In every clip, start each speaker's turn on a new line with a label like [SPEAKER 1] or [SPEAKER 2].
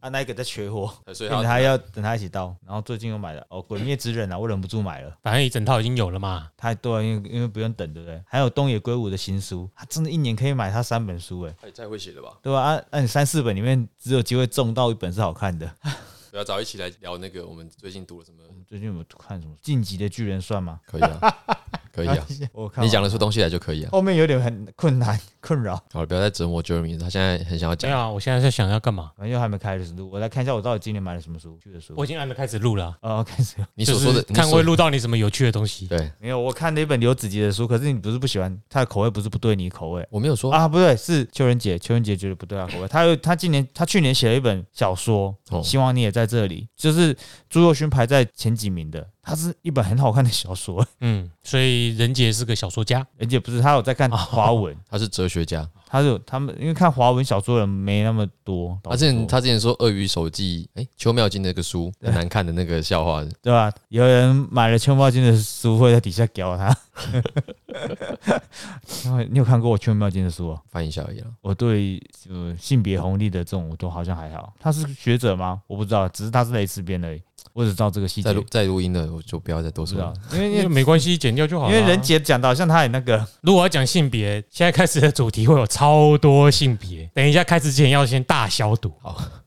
[SPEAKER 1] 啊，那一个在缺货，
[SPEAKER 2] 所以
[SPEAKER 1] 等
[SPEAKER 2] 他
[SPEAKER 1] 他要等他一起到。然后最近又买了哦，《鬼灭之刃》啊，我忍不住买了。
[SPEAKER 3] 反正一整套已经有了嘛。
[SPEAKER 1] 太对啊，因为因为不用等，对不对？还有东野圭吾的新书，他真的一年可以买他三本书，哎，
[SPEAKER 2] 他也太会写了吧？
[SPEAKER 1] 对吧？啊，那、你三四本里面只有机会中到一本是好看的。
[SPEAKER 2] 不要早一起来聊那个我们最近读了什么？
[SPEAKER 1] 最近有没有看什么《晋级的巨人》算吗？
[SPEAKER 2] 可以啊，可 以啊，
[SPEAKER 1] 我看
[SPEAKER 2] 你讲得出东西来就可以啊。
[SPEAKER 1] 后面有点很困难 困扰，
[SPEAKER 2] 好了，不要再折磨 Jeremy，他现在很想要
[SPEAKER 3] 没
[SPEAKER 2] 讲
[SPEAKER 3] 有。啊，我现在在想要干嘛？
[SPEAKER 1] 反正又还没开始录。我来看一下我到底今年买了什么书，去的书。
[SPEAKER 3] 我已经还没开始录了啊、
[SPEAKER 1] 哦，开始了
[SPEAKER 2] 你所说的，
[SPEAKER 3] 就是看
[SPEAKER 2] 你所
[SPEAKER 3] 会录到你什么有趣的东西。
[SPEAKER 2] 对，
[SPEAKER 1] 没有？我看了一本刘子杰的书，可是你不是不喜欢，他的口味不是不对你口味。
[SPEAKER 2] 我没有说
[SPEAKER 1] 啊，不对，是邱仁杰，邱仁杰觉得不对啊，口味。他有他今年他去年写了一本小说，
[SPEAKER 2] 哦
[SPEAKER 1] 希望你也在这里，就是朱若勋排在前几名的，它是一本很好看的小说，
[SPEAKER 3] 嗯，所以任杰是个小说家，
[SPEAKER 1] 而且不是他有在看华文，
[SPEAKER 2] 他是哲学家。
[SPEAKER 1] 他有他们因为看华文小说的人没那么多，
[SPEAKER 2] 他之前
[SPEAKER 1] 他
[SPEAKER 2] 他之前说《鳄鱼手记》，哎，邱妙金那个书很难看的那个笑话，
[SPEAKER 1] 对吧？有人买了邱妙金的书会在底下屌他， 因为你有看过我邱妙金的书哦？
[SPEAKER 2] 翻一下而已啊啦。
[SPEAKER 1] 我对呃性别红利的这种我都好像还好，他是学者吗？我不知道，只是他是蕾丝边而已，我只知道这个细节
[SPEAKER 2] 在。录在录音的，我就不要再多
[SPEAKER 1] 不知
[SPEAKER 2] 说
[SPEAKER 1] 道
[SPEAKER 2] 了。，
[SPEAKER 1] 因为因
[SPEAKER 3] 因为
[SPEAKER 1] 为
[SPEAKER 3] 没关系，剪掉就好
[SPEAKER 1] 因
[SPEAKER 3] 了。啊
[SPEAKER 1] 为任杰讲的好像他也那个，
[SPEAKER 3] 如果要讲性别，现在开始的主题会有超多性别。等一下开始之前要先大消毒。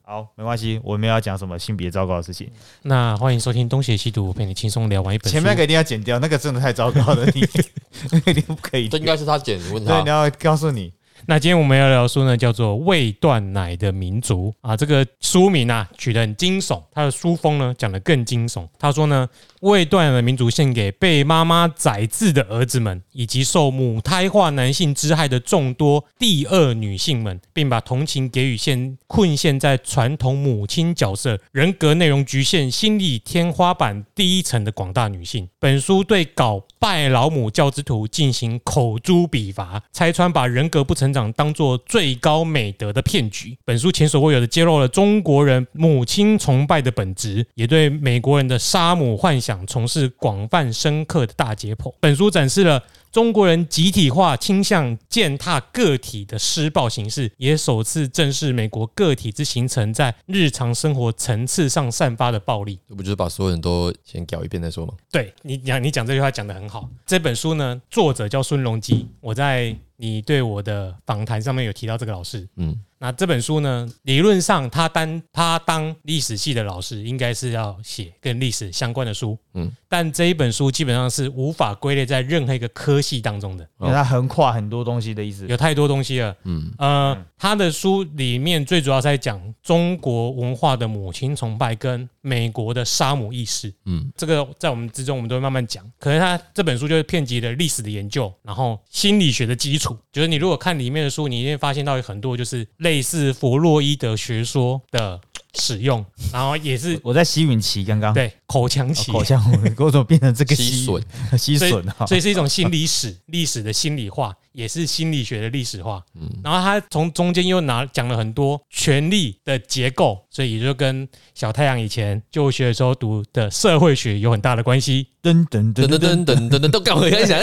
[SPEAKER 1] 好，没关系，我没有要讲什么性别糟糕的事情，
[SPEAKER 3] 那欢迎收听《东邪西毒》，我陪你轻松聊完一本书。
[SPEAKER 1] 前面那个一定要剪掉，那个真的太糟糕了，你那个一定不可以。
[SPEAKER 2] 这应该是他剪，你问
[SPEAKER 1] 对，
[SPEAKER 2] 他
[SPEAKER 1] 你。要告诉你，
[SPEAKER 3] 那今天我们要聊的书呢，叫做《未断奶的民族》啊，这个书名啊取得很惊悚，它的书风呢讲得更惊悚。他说呢，未断奶的民族献给被妈妈宰制的儿子们，以及受母胎化男性之害的众多第二女性们，并把同情给予现困陷在传统母亲角色、人格内容局限、心理天花板第一层的广大女性。本书对搞拜老母教之徒进行口诛笔伐，拆穿把人格不成长当作最高美德的骗局。本书前所未有的揭露了中国人母亲崇拜的本质，也对美国人的杀母幻想从事广泛深刻的大解剖。本书展示了。中国人集体化倾向践踏个体的施暴形式，也首次正视美国个体之形成在日常生活层次上散发的暴力。
[SPEAKER 2] 这不就是把所有人都先搞一遍再说吗？
[SPEAKER 3] 对你讲，你讲这句话讲得很好。这本书呢，作者叫孙隆基，我在你对我的访谈上面有提到这个老师。
[SPEAKER 2] 嗯，
[SPEAKER 3] 那这本书呢，理论上他当他当历史系的老师，应该是要写跟历史相关的书。
[SPEAKER 2] 嗯
[SPEAKER 3] 嗯，但这一本书基本上是无法归类在任何一个科系当中的。
[SPEAKER 1] 因为他横跨很多东西的意思。
[SPEAKER 3] 有太多东西了。
[SPEAKER 2] 嗯
[SPEAKER 3] 嗯，呃，他的书里面最主要是在讲中国文化的母亲崇拜跟美国的杀母意识。
[SPEAKER 2] 嗯
[SPEAKER 3] 嗯，这个在我们之中我们都会慢慢讲。可是他这本书就是遍及了历史的研究，然后心理学的基础。就是你如果看里面的书，你一定会发现到有很多就是类似弗洛伊德学说的使用，然后也是
[SPEAKER 1] 我在吸吮期刚刚，
[SPEAKER 3] 对口腔
[SPEAKER 1] 哦
[SPEAKER 3] 期。
[SPEAKER 1] 口腔，我怎么变成 这个
[SPEAKER 2] 吸吮，
[SPEAKER 1] 吸
[SPEAKER 3] 所以
[SPEAKER 1] 吮啊？
[SPEAKER 3] 所以是一种心理史，历史的心理化，也是心理学的历史化。
[SPEAKER 1] 嗯
[SPEAKER 3] 然后他从中间又拿讲了很多权力的结构，所以也就跟小太阳以前就学的时候读的社会学有很大的关系。
[SPEAKER 1] 噔噔
[SPEAKER 2] 等
[SPEAKER 1] 噔噔噔，
[SPEAKER 2] 等等等等等，都干回来想，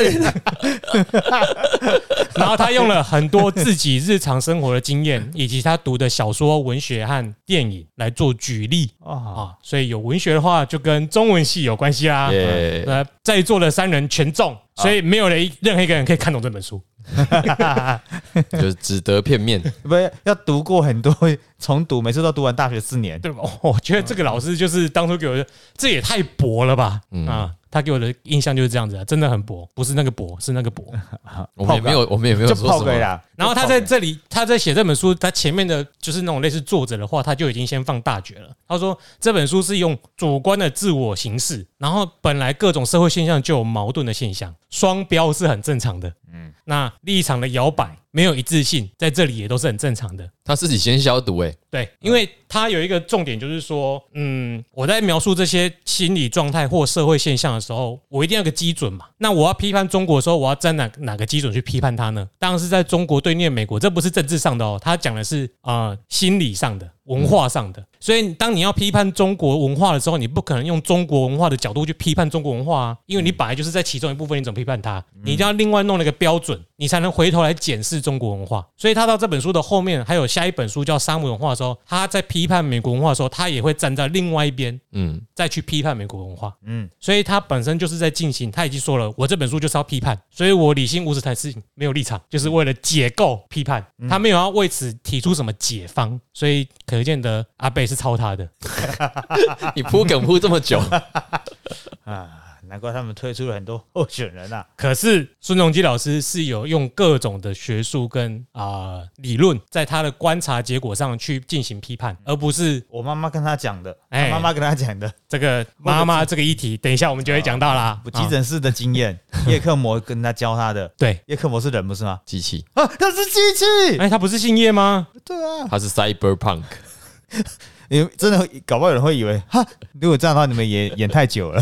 [SPEAKER 3] 然后他用了很多自己日常生活的经验，以及他读的小说、文学和电影来做举例
[SPEAKER 1] 哦，
[SPEAKER 3] 啊。所以有文学的话，就跟中文系有关系啦。
[SPEAKER 2] 耶
[SPEAKER 3] 呃，在座的三人全中，所以没有人任何一个人可以看懂这本书。
[SPEAKER 2] 就是只得片面。
[SPEAKER 1] 不是要读过很多重读，每次都读完大学四年。
[SPEAKER 3] 对吧？哦我觉得这个老师就是当初给我的，这也太薄了吧？啊，他给我的印象就是这样子啊，真的很薄，不是那个薄，是那个薄。
[SPEAKER 2] 我们也没有，我们也没有
[SPEAKER 1] 啊就
[SPEAKER 2] 说
[SPEAKER 1] 泡
[SPEAKER 2] 什
[SPEAKER 1] 个
[SPEAKER 2] 么。
[SPEAKER 1] 啦。
[SPEAKER 3] 然后他在这里，他在写这本书，他前面的就是那种类似作者的话，他就已经先放大绝了。他说这本书是用主观的自我形式，然后本来各种社会现象就有矛盾的现象，双标是很正常的。嗯，那立场的摇摆，没有一致性，在这里也都是很正常的。
[SPEAKER 2] 他自己先消毒，哎，
[SPEAKER 3] 对，因为它有一个重点，就是说，嗯，我在描述这些心理状态或社会现象的时候，我一定要有个基准嘛。那我要批判中国的时候，我要站哪哪个基准去批判它呢？当然是在中国对面美国，这不是政治上的哦，他讲的是啊、呃心理上的、文化上的。所以当你要批判中国文化的时候，你不可能用中国文化的角度去批判中国文化啊，因为你本来就是在其中一部分，你怎么批判它？你一定要另外弄了一个标准，你才能回头来检视中国文化。所以他到这本书的后面，还有下一本书叫《沙漠文化》的时候，他在批判美国文化的时候，他也会站在另外一边
[SPEAKER 2] 嗯，
[SPEAKER 3] 再去批判美国文化。
[SPEAKER 1] 嗯，
[SPEAKER 3] 所以他本身就是在进行，他已经说了，我这本书就是要批判，所以我理性无耻才是没有立场，就是为了解构批判，
[SPEAKER 1] 嗯
[SPEAKER 3] 他没有要为此提出什么解方，所以可见的阿贝是抄他的。
[SPEAKER 2] 你铺梗铺这么久，
[SPEAKER 1] 啊，难怪他们推出了很多候选人啊。
[SPEAKER 3] 可是孙荣基老师是有用各种的学术跟啊、理论，在他的观察结果上去进行批
[SPEAKER 1] 嗯
[SPEAKER 3] 判，而不是
[SPEAKER 1] 我妈妈跟他讲的，
[SPEAKER 3] 哎
[SPEAKER 1] 他妈妈跟他讲的，
[SPEAKER 3] 这个妈妈这个议题，等一下我们就会讲到啦。
[SPEAKER 1] 我急
[SPEAKER 3] 啊
[SPEAKER 1] 诊室的经验，叶克膜跟他教他的。
[SPEAKER 3] 对，
[SPEAKER 1] 叶克膜是人不是吗？
[SPEAKER 2] 机器，
[SPEAKER 1] 啊，他是机器。
[SPEAKER 3] 哎，他不是姓叶吗？
[SPEAKER 1] 对啊，
[SPEAKER 2] 它 是 cyberpunk，
[SPEAKER 1] 你真的会搞不好有人会以为，哈，如果这样的话，你们演演太久了。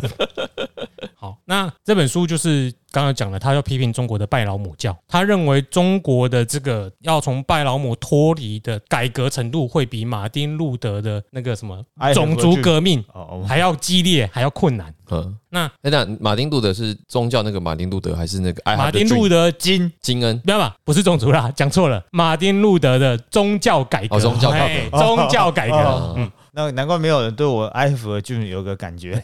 [SPEAKER 3] 好，那这本书就是刚刚讲了，他要批评中国的拜老母教，他认为中国的这个要从拜老母脱离的改革程度，会比马丁路德的那个什么
[SPEAKER 1] 哎
[SPEAKER 3] 种族革命
[SPEAKER 1] 哦，
[SPEAKER 3] 还要激烈，还要困难。
[SPEAKER 2] 嗯，
[SPEAKER 3] 那
[SPEAKER 2] 哎，那马丁路德是宗教那个马丁路德，还是那个爱
[SPEAKER 3] 马丁路德
[SPEAKER 1] 金
[SPEAKER 2] 金恩？
[SPEAKER 3] 不要吧，不是种族啦，讲错了，马丁路德的宗教改革，
[SPEAKER 2] 哦宗教改
[SPEAKER 3] 革，宗教改革。
[SPEAKER 2] 啊
[SPEAKER 1] 哦
[SPEAKER 3] 嗯，
[SPEAKER 1] 那难怪没有人对我埃弗尔郡有个感觉。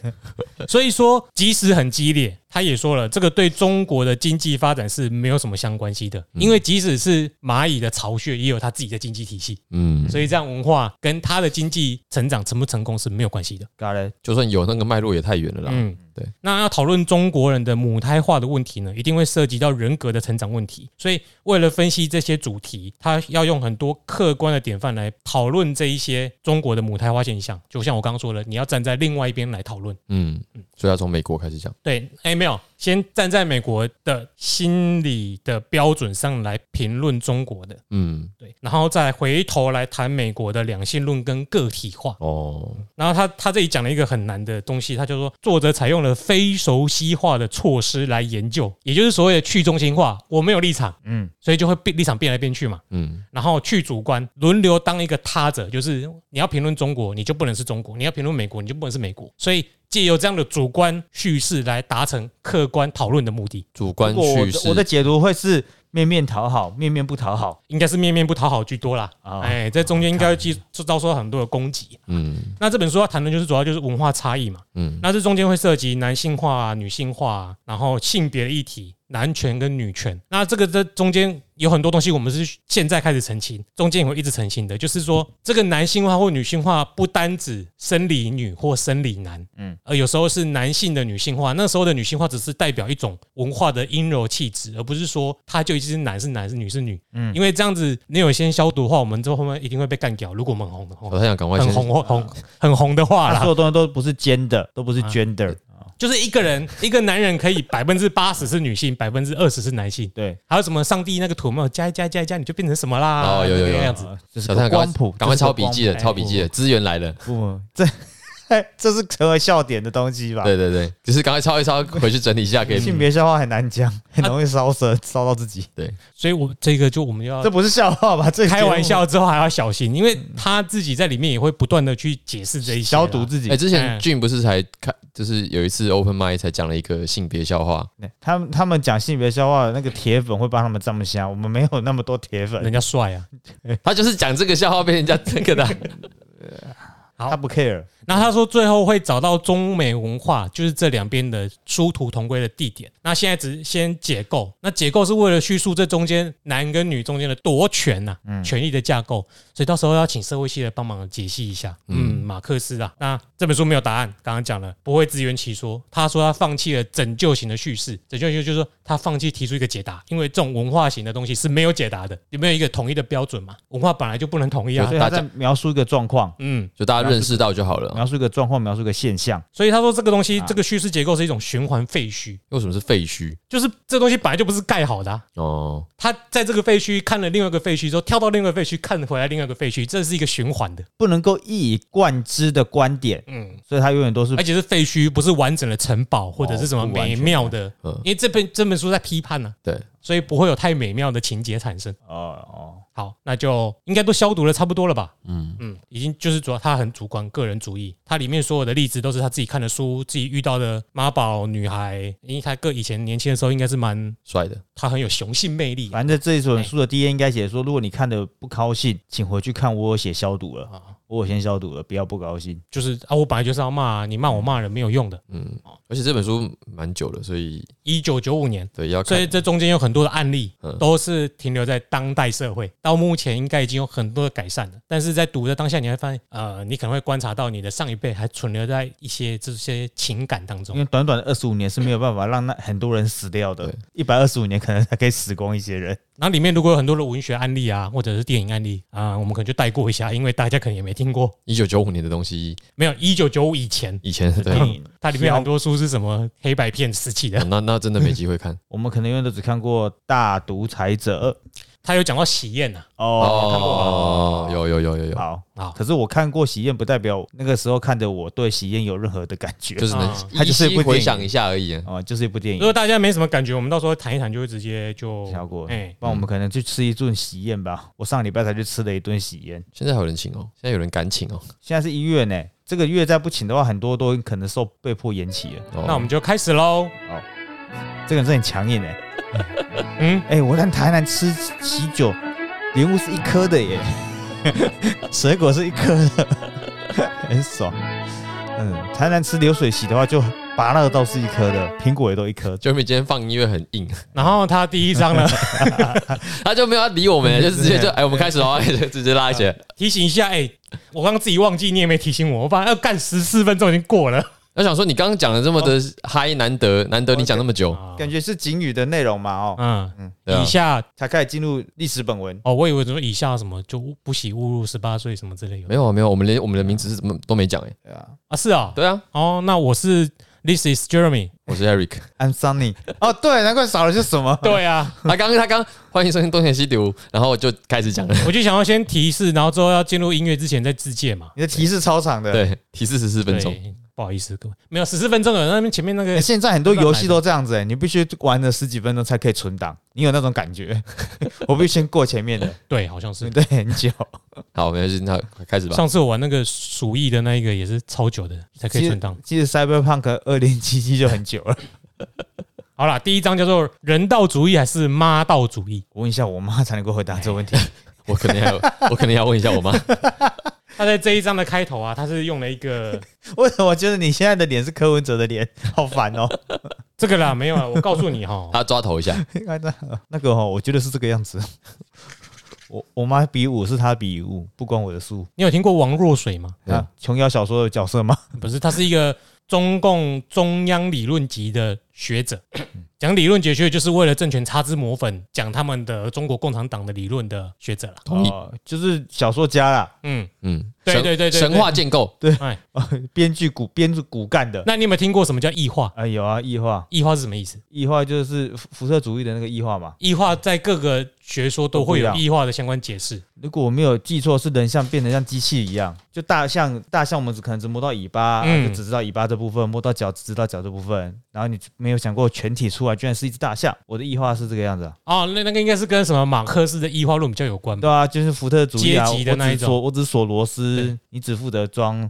[SPEAKER 3] 所以说，即使很激烈，他也说了，这个对中国的经济发展是没有什么相关系的，
[SPEAKER 2] 嗯
[SPEAKER 3] 因为即使是蚂蚁的巢穴，也有它自己的经济体系，
[SPEAKER 2] 嗯，
[SPEAKER 3] 所以这样文化跟它的经济成长成不成功是没有关系的。
[SPEAKER 1] Got it？
[SPEAKER 2] 就算有那个脉络也太远了啦。
[SPEAKER 3] 嗯，
[SPEAKER 2] 对。
[SPEAKER 3] 那要讨论中国人的母胎化的问题呢，一定会涉及到人格的成长问题。所以，为了分析这些主题，他要用很多客观的典范来讨论这一些中国的母胎化现象。就像我刚刚说的，你要站在另外一边来讨论。
[SPEAKER 2] 嗯，所以要从美国开始讲。
[SPEAKER 3] 对，哎，没有，先站在美国的心理的标准上来评论中国的，
[SPEAKER 2] 嗯，
[SPEAKER 3] 对，然后再回头来谈美国的两性论跟个体化。
[SPEAKER 2] 哦，
[SPEAKER 3] 然后他他这里讲了一个很难的东西，他就说作者采用了非熟悉化的措施来研究，也就是所谓的去中心化。我没有立场，
[SPEAKER 1] 嗯，
[SPEAKER 3] 所以就会变立场变来变去嘛。
[SPEAKER 2] 嗯，
[SPEAKER 3] 然后去主观，轮流当一个他者，就是你要评论中国，你就不能是中国；你要评论美国，你就不能是美国。所以借由这样的主观叙事来达成客观讨论的目的，
[SPEAKER 2] 主观
[SPEAKER 1] 我我
[SPEAKER 2] 叙
[SPEAKER 1] 的
[SPEAKER 2] 事
[SPEAKER 1] 我的解读会是面面讨好，面面不讨好。
[SPEAKER 3] 应该是面面不讨好居多啦。
[SPEAKER 1] 哦
[SPEAKER 3] 哎，在中间应该会接遭受到很多的攻击。
[SPEAKER 2] 嗯
[SPEAKER 3] 那这本书要谈的就是主要就是文化差异嘛。
[SPEAKER 2] 嗯
[SPEAKER 3] 那这中间会涉及男性化、啊、女性化、啊，然后性别的议题，男权跟女权。那这个这中间有很多东西，我们是现在开始澄清，中间也会一直澄清的。就是说，这个男性化或女性化不单指生理女或生理男，嗯
[SPEAKER 1] 嗯，
[SPEAKER 3] 而有时候是男性的女性化。那时候的女性化只是代表一种文化的阴柔气质，而不是说他就一直是男是男是女是女。嗯，因为这样子你有先消毒的话，我们这后面一定会被干掉。如果我们很红的话
[SPEAKER 2] 我。哦太想赶快
[SPEAKER 3] 很
[SPEAKER 2] 先
[SPEAKER 3] 红红很红的话
[SPEAKER 1] 他啊
[SPEAKER 3] 啦，
[SPEAKER 1] 所有东西都不是尖的，都不是 gender。
[SPEAKER 3] 就是一个人，一个男人可以百分之八十是女性，百分之二十是男性。
[SPEAKER 1] 对，
[SPEAKER 3] 还有什么上帝那个图有没有加一加一加一加，你就变成什么啦？
[SPEAKER 2] 哦有有有
[SPEAKER 3] 那个样子。
[SPEAKER 1] 啊就是
[SPEAKER 2] 小
[SPEAKER 1] 个
[SPEAKER 2] 太阳赶
[SPEAKER 1] 光
[SPEAKER 2] 快
[SPEAKER 1] 谱，
[SPEAKER 2] 赶快
[SPEAKER 1] 这是
[SPEAKER 2] 抄
[SPEAKER 1] 个
[SPEAKER 2] 笔记了，
[SPEAKER 1] 光谱哎
[SPEAKER 2] 抄笔记了，资源来了。
[SPEAKER 1] 不，这哎这是成为笑点的东西吧？
[SPEAKER 2] 对对对，只是赶快抄一抄，回去整理一下给你啊
[SPEAKER 1] 性。别笑话很难讲，很容易烧舌，烧到自己。
[SPEAKER 3] 所以我这个就我们要
[SPEAKER 1] 这不是笑话吧？这个
[SPEAKER 3] 开
[SPEAKER 1] 节目
[SPEAKER 3] 玩笑之后还要小心，因为他自己在里面也会不断的去解释这一些啊啦
[SPEAKER 1] 消毒。自己
[SPEAKER 2] 哎，。之前
[SPEAKER 3] 嗯
[SPEAKER 2] Jun 不是才看，就是有一次 Open Mic 才讲了一个性别笑话，
[SPEAKER 1] 哎他们他们讲性别笑话，那个铁粉会帮他们这么想，我们没有那么多铁
[SPEAKER 3] 人
[SPEAKER 1] 粉，
[SPEAKER 3] 家帅啊，
[SPEAKER 1] 哎
[SPEAKER 2] 他就是讲这个笑话被人家这个 的。啊
[SPEAKER 3] 好
[SPEAKER 1] 他不 care。
[SPEAKER 3] 然后他说最后会找到中美文化，就是这两边的殊途同归的地点。那现在只先解构，那解构是为了叙述这中间男跟女中间的夺权呐、权力的架构，所以到时候要请社会系来帮忙解析一下。嗯，马克思啊，那这本书没有答案，刚刚讲了，不会自圆其说。他说他放弃了拯救型的叙事，拯救型就是说他放弃提出一个解答，因为这种文化型的东西是没有解答的，有没有一个统一的标准嘛？文化本来就不能统一啊
[SPEAKER 1] 所。以
[SPEAKER 2] 大
[SPEAKER 1] 他
[SPEAKER 2] 家
[SPEAKER 1] 在描述一个状况，
[SPEAKER 3] 嗯，
[SPEAKER 2] 就大家认识到就好了。
[SPEAKER 1] 描述一个状况，描述一个现象。
[SPEAKER 3] 所以他说这个东西，这个叙事结构是一种循环废墟。
[SPEAKER 2] 为什么是废墟？
[SPEAKER 3] 就是这东西本来就不是盖好的、啊。
[SPEAKER 2] 哦，
[SPEAKER 3] 他在这个废墟看了另外一个废墟之后，跳到另外一个废墟，看回来另外一个废墟，这是一个循环的，
[SPEAKER 1] 不能够一以贯之的观点，
[SPEAKER 3] 嗯，
[SPEAKER 1] 所以他永远都是
[SPEAKER 2] 哎
[SPEAKER 3] 而且是废墟，不是完整的城堡或者是什么
[SPEAKER 1] 不完
[SPEAKER 3] 美
[SPEAKER 1] 全
[SPEAKER 3] 妙的，
[SPEAKER 2] 嗯
[SPEAKER 3] 因为这本这本书在批判呢、啊
[SPEAKER 2] 对，
[SPEAKER 3] 所以不会有太美妙的情节产生。
[SPEAKER 1] 哦哦，
[SPEAKER 3] 好，那就应该都消毒的差不多了吧？
[SPEAKER 2] 嗯，
[SPEAKER 3] 嗯，已经就是主要他很主观个人主义，他里面所有的例子都是他自己看的书，自己遇到的妈宝女孩，因为他个以前年轻的时候应该是蛮
[SPEAKER 2] 帅的，
[SPEAKER 3] 他很有雄性魅力啊、
[SPEAKER 1] 反正这一
[SPEAKER 2] 哎
[SPEAKER 1] 本书的第一页应该写说，如果你看的不高兴，请回去看我有写消毒
[SPEAKER 2] 哦
[SPEAKER 1] 了，我有先消毒了，不要不高兴。
[SPEAKER 3] 就是啊，我本来就是要骂你骂我骂人没有用的。
[SPEAKER 2] 嗯，
[SPEAKER 1] 哦
[SPEAKER 2] 而且这本书蛮久了，所以
[SPEAKER 3] 一九九五年，
[SPEAKER 2] 对要
[SPEAKER 3] 所以
[SPEAKER 2] 看，
[SPEAKER 3] 这中间有很多的案例
[SPEAKER 2] 嗯
[SPEAKER 3] 都是停留在当代社会，到目前应该已经有很多的改善了。但是在读的当下，你会发现，呃，你可能会观察到你的上一辈还存留在一些这些情感当
[SPEAKER 1] 因
[SPEAKER 3] 中。
[SPEAKER 1] 为短短的二十五年是没有办法让那很多人死掉的
[SPEAKER 2] 对，
[SPEAKER 1] 一百二十五年可能才可以死光一些人。
[SPEAKER 3] 然后里面如果有很多的文学案例啊，或者是电影案例啊、我们可能就带过一下，因为大家可能也没听过。
[SPEAKER 2] 一九九五年的东西，
[SPEAKER 3] 没有，一九九五以前，嗯
[SPEAKER 2] 以 前对，
[SPEAKER 1] 电影
[SPEAKER 3] 它里面很多书是什么黑白片时期的
[SPEAKER 2] 哦，那那真的没机会看，
[SPEAKER 1] 我们可能永远都只看过《大独裁者
[SPEAKER 3] 他有讲到喜宴啊，》
[SPEAKER 1] 哦，看过
[SPEAKER 2] 哦，有有有有啊有，
[SPEAKER 1] 好
[SPEAKER 3] 好
[SPEAKER 1] 可是我看过《喜宴》，不代表那个时候看的我对《喜宴》有任何的感觉。
[SPEAKER 2] 就是能
[SPEAKER 3] 嗯
[SPEAKER 1] 它啊就是
[SPEAKER 2] 依
[SPEAKER 1] 一部
[SPEAKER 2] 稀回
[SPEAKER 1] 电影
[SPEAKER 2] 想一下而已啊，
[SPEAKER 1] 哦，就是一部电
[SPEAKER 3] 如
[SPEAKER 1] 影
[SPEAKER 3] 果大家没什么感觉，我们到时候谈一谈就会直接就
[SPEAKER 1] 跳过
[SPEAKER 3] 哎、
[SPEAKER 1] 那
[SPEAKER 2] 嗯
[SPEAKER 1] 我们可能去吃一顿喜宴吧。我上礼拜才去吃了一顿喜宴，
[SPEAKER 2] 现在还有人请哦，现在有人敢请哦，
[SPEAKER 1] 现在是一月呢，这个月再不请的话，很多都可能受被迫延期了。
[SPEAKER 2] 哦
[SPEAKER 3] 那我们就开始喽。
[SPEAKER 1] 这个人真的很强硬哎、
[SPEAKER 3] 嗯，
[SPEAKER 1] 哎、我在台南吃喜酒，莲雾是一颗的耶， 水果是一颗的， 很爽。嗯，台南吃流水席的话，就芭乐倒是一颗的，苹果也都一颗。
[SPEAKER 2] 就明今天放音乐很硬，
[SPEAKER 3] 然后他第一章呢，
[SPEAKER 2] 他就没有要理我们，
[SPEAKER 1] 嗯
[SPEAKER 2] 就直接就哎，我们开始哦， 哎就直接拉起来。
[SPEAKER 3] 提醒一下，哎、我刚刚自己忘记，你也没提醒我，我反正要干十四分钟已经过了。
[SPEAKER 2] 我想说，你刚刚讲的这么的
[SPEAKER 3] 哦
[SPEAKER 2] 嗨，难得难得你讲那么久，
[SPEAKER 1] 感觉是警语的内容嘛，哦，
[SPEAKER 3] 啊嗯，
[SPEAKER 2] 哦对啊
[SPEAKER 3] 以下
[SPEAKER 1] 才开始进入历史本文。
[SPEAKER 3] 哦，我以为说以下什么就不许侮辱十八岁什么之类的
[SPEAKER 2] 没有啊没有，我们连我们的名字是怎么都没讲哎。
[SPEAKER 1] 对啊
[SPEAKER 3] 啊，是啊、
[SPEAKER 2] 对啊，
[SPEAKER 3] 哦，那我是 This is Jeremy，
[SPEAKER 2] 我是 Eric。
[SPEAKER 1] ，I'm Sunny。哦，对，难怪少了些什么。
[SPEAKER 3] 对啊，
[SPEAKER 2] 他刚他刚欢迎收听东田西毒，然后我就开始讲了。
[SPEAKER 3] 我就想要先提示，然后之后要进入音乐之前再自荐嘛。
[SPEAKER 1] 你的提示超长的。
[SPEAKER 2] 对，提示十四分钟，哎
[SPEAKER 3] 对，不好意思各位，没有十四分钟了，那边前面那
[SPEAKER 1] 欸
[SPEAKER 3] 个
[SPEAKER 1] 现在很多游戏都这样子、欸，你必须玩了十几分钟才可以存档，你有那种感觉？ 我必须先过前面的，
[SPEAKER 3] 对，好像
[SPEAKER 1] 你
[SPEAKER 3] 是。
[SPEAKER 1] 对很久。
[SPEAKER 2] 好，没关系，那开始吧。
[SPEAKER 3] 上次我玩那个鼠疫的那一个也是超久的，才可以存档。
[SPEAKER 1] 其实 Cyberpunk 二零七七就很久了。
[SPEAKER 3] 好啦，第一章叫做“人道主义还是妈道主义
[SPEAKER 1] 我问一下我妈才能够回答这个问 题。
[SPEAKER 2] 我可能要，我可能要问一下我妈。”。
[SPEAKER 3] 他在这一章的开头啊，他是用了一个
[SPEAKER 1] 为什么我觉得你现在的脸是柯文哲的脸？好烦哦！
[SPEAKER 3] 这个啦，没有啊，我告诉你哈，
[SPEAKER 2] 她抓头一下，
[SPEAKER 1] 那个哦，我觉得是这个样子。 我我妈比武是她比武，不关我的事。
[SPEAKER 3] 你有听过王若水吗？
[SPEAKER 2] 嗯
[SPEAKER 1] 啊，琼瑶小说的角色吗？
[SPEAKER 3] 不是，他是一个中共中央理论级的学者，讲理论哲学就是为了政权擦脂抹粉，讲他们的中国共产党的理论的学者啦。
[SPEAKER 2] 同意
[SPEAKER 1] 哦，就是小说家啦，
[SPEAKER 3] 嗯，
[SPEAKER 2] 嗯，
[SPEAKER 3] 对
[SPEAKER 2] 神
[SPEAKER 3] 对对对
[SPEAKER 2] 神话建构，
[SPEAKER 3] 哎，
[SPEAKER 1] 编剧骨编剧骨干的。
[SPEAKER 3] 那你有没有听过什么叫异化？
[SPEAKER 1] 啊，有啊，异化，
[SPEAKER 3] 异化是什么意思？
[SPEAKER 1] 异化就是辐辐射主义的那个异化嘛。
[SPEAKER 3] 异化在各个学说都会
[SPEAKER 1] 都
[SPEAKER 3] 有
[SPEAKER 1] 不一
[SPEAKER 3] 异化的相关解释。
[SPEAKER 1] 如果我没有记错，是人像变得像机器一样，就大象，大象我们只可能只摸到尾巴，啊
[SPEAKER 3] 嗯
[SPEAKER 1] 就只知道尾巴这部分，摸到脚只知道脚这部分，然后你没有想过全体出来居然是一只大象。我的异化是这个样子、啊，
[SPEAKER 3] 哦，那那个应该是跟什么马克思的异化论比较有关吧？
[SPEAKER 1] 对啊，就是福特主义啊，
[SPEAKER 3] 阶级的那一种
[SPEAKER 1] 我只锁我只锁螺丝
[SPEAKER 3] 对，
[SPEAKER 1] 你只负责装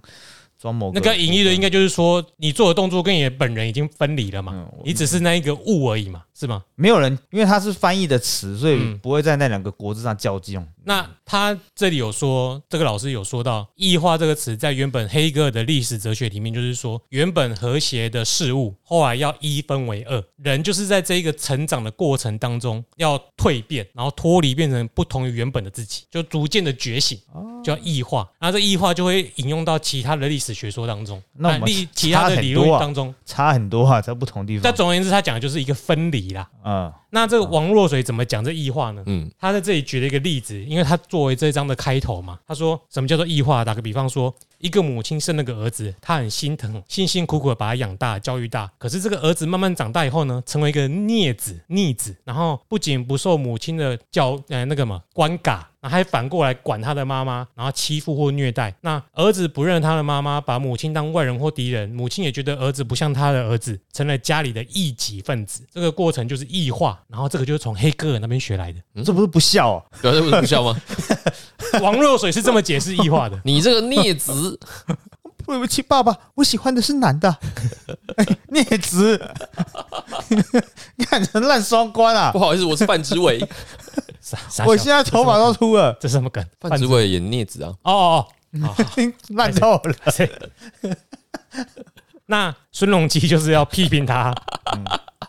[SPEAKER 1] 装某个
[SPEAKER 3] 那个隐喻的应
[SPEAKER 1] 该
[SPEAKER 3] 该就是说，你做的动作跟你的本人已经分离了嘛
[SPEAKER 1] 嗯我，
[SPEAKER 3] 你只是那一个物而已嘛，是吗？
[SPEAKER 1] 没有人，因为它是翻译的词，所以
[SPEAKER 3] 嗯
[SPEAKER 1] 不会在那两个国字上交际用。
[SPEAKER 3] 那他这里有说，这个老师有说到“异化”这个词，在原本黑格尔的历史哲学里面，就是说原本和谐的事物，后来要一分为二。人就是在这一个成长的过程当中，要蜕变，然后脱离，变成不同于原本的自己，就逐渐的觉醒，
[SPEAKER 1] 哦
[SPEAKER 3] 叫异化。然后这异化就会引用到其他的历史学说当中，啊
[SPEAKER 1] 那我们
[SPEAKER 3] 历其他的
[SPEAKER 1] 啊
[SPEAKER 3] 理论当中。
[SPEAKER 1] 差很多啊，在不同地
[SPEAKER 3] 但
[SPEAKER 1] 方。
[SPEAKER 3] 总而言之，他讲的就是一个分离啦。
[SPEAKER 1] 嗯，
[SPEAKER 3] 那这个王若水怎么讲这异化呢？
[SPEAKER 2] 嗯，
[SPEAKER 3] 他在这里举了一个例子，因为他作为这一章的开头嘛，他说什么叫做异化？打个比方说，一个母亲生了个儿子，她很心疼，辛辛苦苦的把他养大、教育大。可是这个儿子慢慢长大以后呢，成为一个孽子、逆子，然后不仅不受母亲的教，呃，那个嘛，关嘎。然后还反过来管他的妈妈，然后欺负或虐待。那儿子不认他的妈妈，把母亲当外人或敌人，母亲也觉得儿子不像他的儿子，成了家里的异己分子。这个过程就是异化，然后这个就是从黑格尔那边学来的。
[SPEAKER 1] 这不是不孝哦、
[SPEAKER 2] 对啊，这不是不孝吗？
[SPEAKER 3] 王若水是这么解释异化的。
[SPEAKER 2] 你这个孽子，
[SPEAKER 1] 对不起，爸爸，我喜欢的是男的。哎孽子， 看成烂双关啊
[SPEAKER 2] 不！好意思，我是范植伟，
[SPEAKER 3] 傻傻
[SPEAKER 1] 我
[SPEAKER 3] 笑
[SPEAKER 1] 现在头发都秃了，
[SPEAKER 3] 这是什么梗？
[SPEAKER 2] 范植伟演孽子啊，
[SPEAKER 3] 哦哦哦，好好
[SPEAKER 1] 烂透了。
[SPEAKER 3] 谁那孙隆基就是要批评他，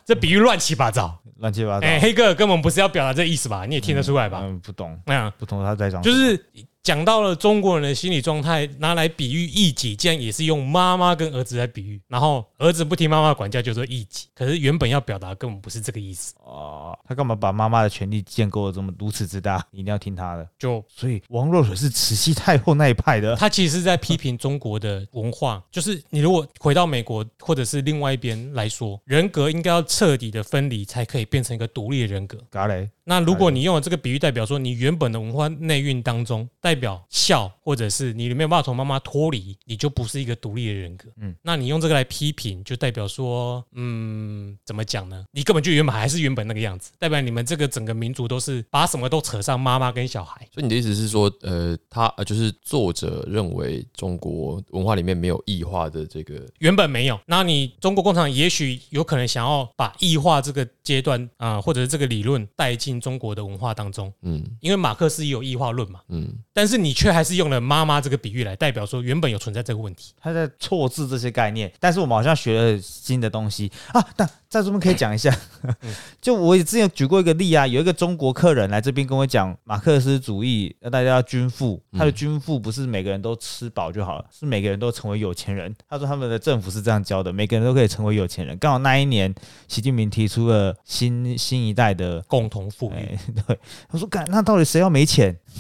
[SPEAKER 3] 这比喻乱七嗯八糟。
[SPEAKER 1] 乱七八糟。
[SPEAKER 3] 哎，黑格尔根本不是要表达这意思吧？你也听得出来吧？
[SPEAKER 1] 嗯，不懂，
[SPEAKER 3] 嗯，
[SPEAKER 1] 不懂他在讲什
[SPEAKER 3] 就
[SPEAKER 1] 么。
[SPEAKER 3] 是讲到了中国人的心理状态，拿来比喻异己，竟然也是用妈妈跟儿子来比喻，然后儿子不听妈妈管教就说异己，可是原本要表达根本不是这个意思，
[SPEAKER 1] 哦，他干嘛把妈妈的权力建构的这么如此之大？你一定要听他的。
[SPEAKER 3] 就
[SPEAKER 1] 所以王若水是慈禧太后那一派 的。
[SPEAKER 3] 他其实是在批评中国的文化，就是你如果回到美国或者是另外一边来说，人格应该要彻底的分离，才可以变成一个独立的人格。
[SPEAKER 1] 嘎嘞，
[SPEAKER 3] 那如果你用了这个比喻，代表说你原本的文化内蕴当中，代表孝，或者是你没有办法从妈妈脱离，你就不是一个独立的人格。嗯
[SPEAKER 1] 嗯，
[SPEAKER 3] 那你用这个来批评，就代表说，嗯，怎么讲呢？你根本就原本还是原本那个样子，代表你们这个整个民族都是把什么都扯上妈妈跟小孩。
[SPEAKER 2] 所以你的意思是说，呃，他呃就是作者认为中国文化里面没有异化的这个，
[SPEAKER 3] 原本没有，那你中国共产党也许有可能想要把异化这个阶段啊、呃或者是这个理论带进中国的文化当中，
[SPEAKER 2] 嗯
[SPEAKER 3] 因为马克思也有异化论嘛，
[SPEAKER 2] 嗯，
[SPEAKER 3] 但是你却还是用了“妈妈”这个比喻来代表说原本有存在这个问题。
[SPEAKER 1] 他在错字这些概念，但是我们好像学了新的东西啊。但在这边可以讲一下， 就我也之前举过一个例啊，有一个中国客人来这边跟我讲马克思主义，呃那大家要均富，他的均富不是每个人都吃饱就好了，是每个人都成为有钱人。他说他们的政府是这样教的，每个人都可以成为有钱人。刚好那一年，习近平提出了新新一代的
[SPEAKER 3] 共同富裕，
[SPEAKER 1] 哎， 对，我说，干，那到底谁要没钱？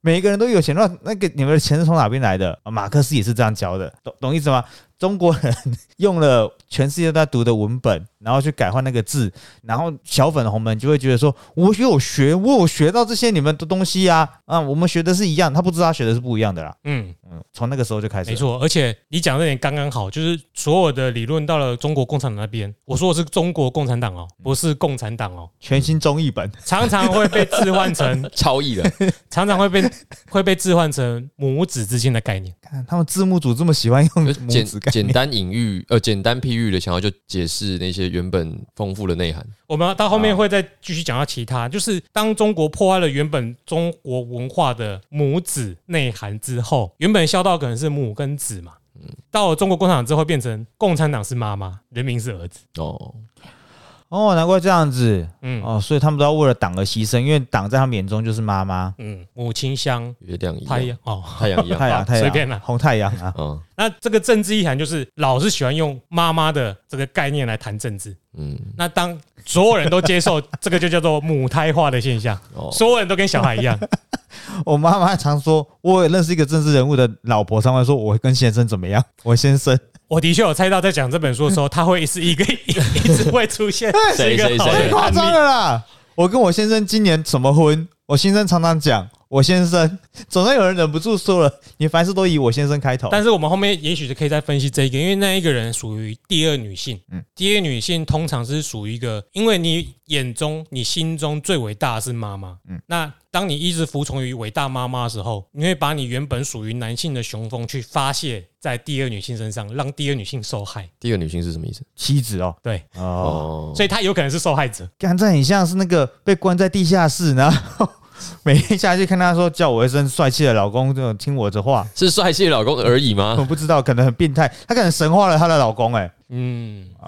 [SPEAKER 1] 每一个人都有钱，那那个你们的钱是从哪边来的？啊马克思也是这样教的，懂懂意思吗？中国人 用了全世界都在读的文本，然后去改换那个字，然后小粉红们就会觉得说，我有学，我有学到这些你们的东西呀、啊，我们学的是一样，他不知道他学的是不一样的啦。
[SPEAKER 3] 嗯，
[SPEAKER 1] 嗯，从那个时候就开始，
[SPEAKER 3] 没，错。而且你讲的这点刚刚好，就是所有的理论到了中国共产党那边，我说的是中国共产党哦，不是共产党 哦，
[SPEAKER 1] 全新中译本，
[SPEAKER 3] 常常会被置换成，
[SPEAKER 2] 超异的，
[SPEAKER 3] 常常会被会被置换成母子之间的概念。
[SPEAKER 1] 看他们字幕组这么喜欢用
[SPEAKER 2] 就
[SPEAKER 1] 母
[SPEAKER 2] 简
[SPEAKER 1] 子概
[SPEAKER 2] 简
[SPEAKER 1] 念，
[SPEAKER 2] 单隐喻，呃，简单譬喻的，想要就解释那些原本丰富的内涵。
[SPEAKER 3] 我们到后面会再继续讲到其他，就是当中国破坏了原本中国文化的母子内涵之后，原本孝道可能是母跟子嘛，到了中国共产党之后变成共产党是妈妈，人民是儿子，
[SPEAKER 2] 哦，
[SPEAKER 1] 哦，难怪这样子，
[SPEAKER 3] 嗯、
[SPEAKER 1] 哦，所以他们都要为了党而牺牲，因为党在他们眼中就是妈妈。
[SPEAKER 3] 嗯，母亲像
[SPEAKER 2] 月亮一
[SPEAKER 3] 太
[SPEAKER 2] 样，
[SPEAKER 3] 阳哦，
[SPEAKER 2] 太阳一样，
[SPEAKER 1] 太阳，
[SPEAKER 3] 啊
[SPEAKER 1] 太阳，
[SPEAKER 3] 随便啦
[SPEAKER 1] 红太阳啊，
[SPEAKER 2] 嗯
[SPEAKER 3] 那这个政治意涵就是老是喜欢用妈妈的这个概念来谈政治，
[SPEAKER 2] 嗯，
[SPEAKER 3] 那当所有人都接受这个就叫做母胎化的现象，
[SPEAKER 2] 哦，
[SPEAKER 3] 所有人都跟小孩一样，
[SPEAKER 1] 我妈妈常说，我也认识一个政治人物的老婆，常会说我跟先生怎么样， 我先生
[SPEAKER 3] 我的确有猜到，在讲这本书的时候，他会是一个 一直会出现
[SPEAKER 2] 谁
[SPEAKER 3] 一个
[SPEAKER 2] 谁
[SPEAKER 3] 好的
[SPEAKER 1] 太
[SPEAKER 2] 谁
[SPEAKER 1] 夸张
[SPEAKER 3] 案例
[SPEAKER 1] 了啦！我跟我先生今年什么婚？我先生常常讲，我先生总是有人忍不住说了，你凡事都以我先生开头。
[SPEAKER 3] 但是我们后面也许就可以再分析这一个，因为那一个人属于第二女性。嗯
[SPEAKER 1] 嗯，
[SPEAKER 3] 第二女性通常是属于一个，因为你眼中、你心中最伟大的是妈妈。嗯
[SPEAKER 1] 嗯，
[SPEAKER 3] 那当你一直服从于伟大妈妈的时候，你会把你原本属于男性的雄风去发泄在第二女性身上，让第二女性受害。
[SPEAKER 2] 第二女性是什么意思？
[SPEAKER 1] 妻子哦，
[SPEAKER 3] 对，
[SPEAKER 1] 哦，
[SPEAKER 2] 哦，
[SPEAKER 3] 所以她有可能是受害者。
[SPEAKER 1] 干这很像是那个被关在地下室，然后 每天下去看他说叫我一声帅气的老公，就听我的话。
[SPEAKER 2] 是帅气的老公而已
[SPEAKER 1] 我
[SPEAKER 2] 吗？
[SPEAKER 1] 不知道，可能很变态，他可能神化了她的老公、哎，
[SPEAKER 3] 嗯嗯，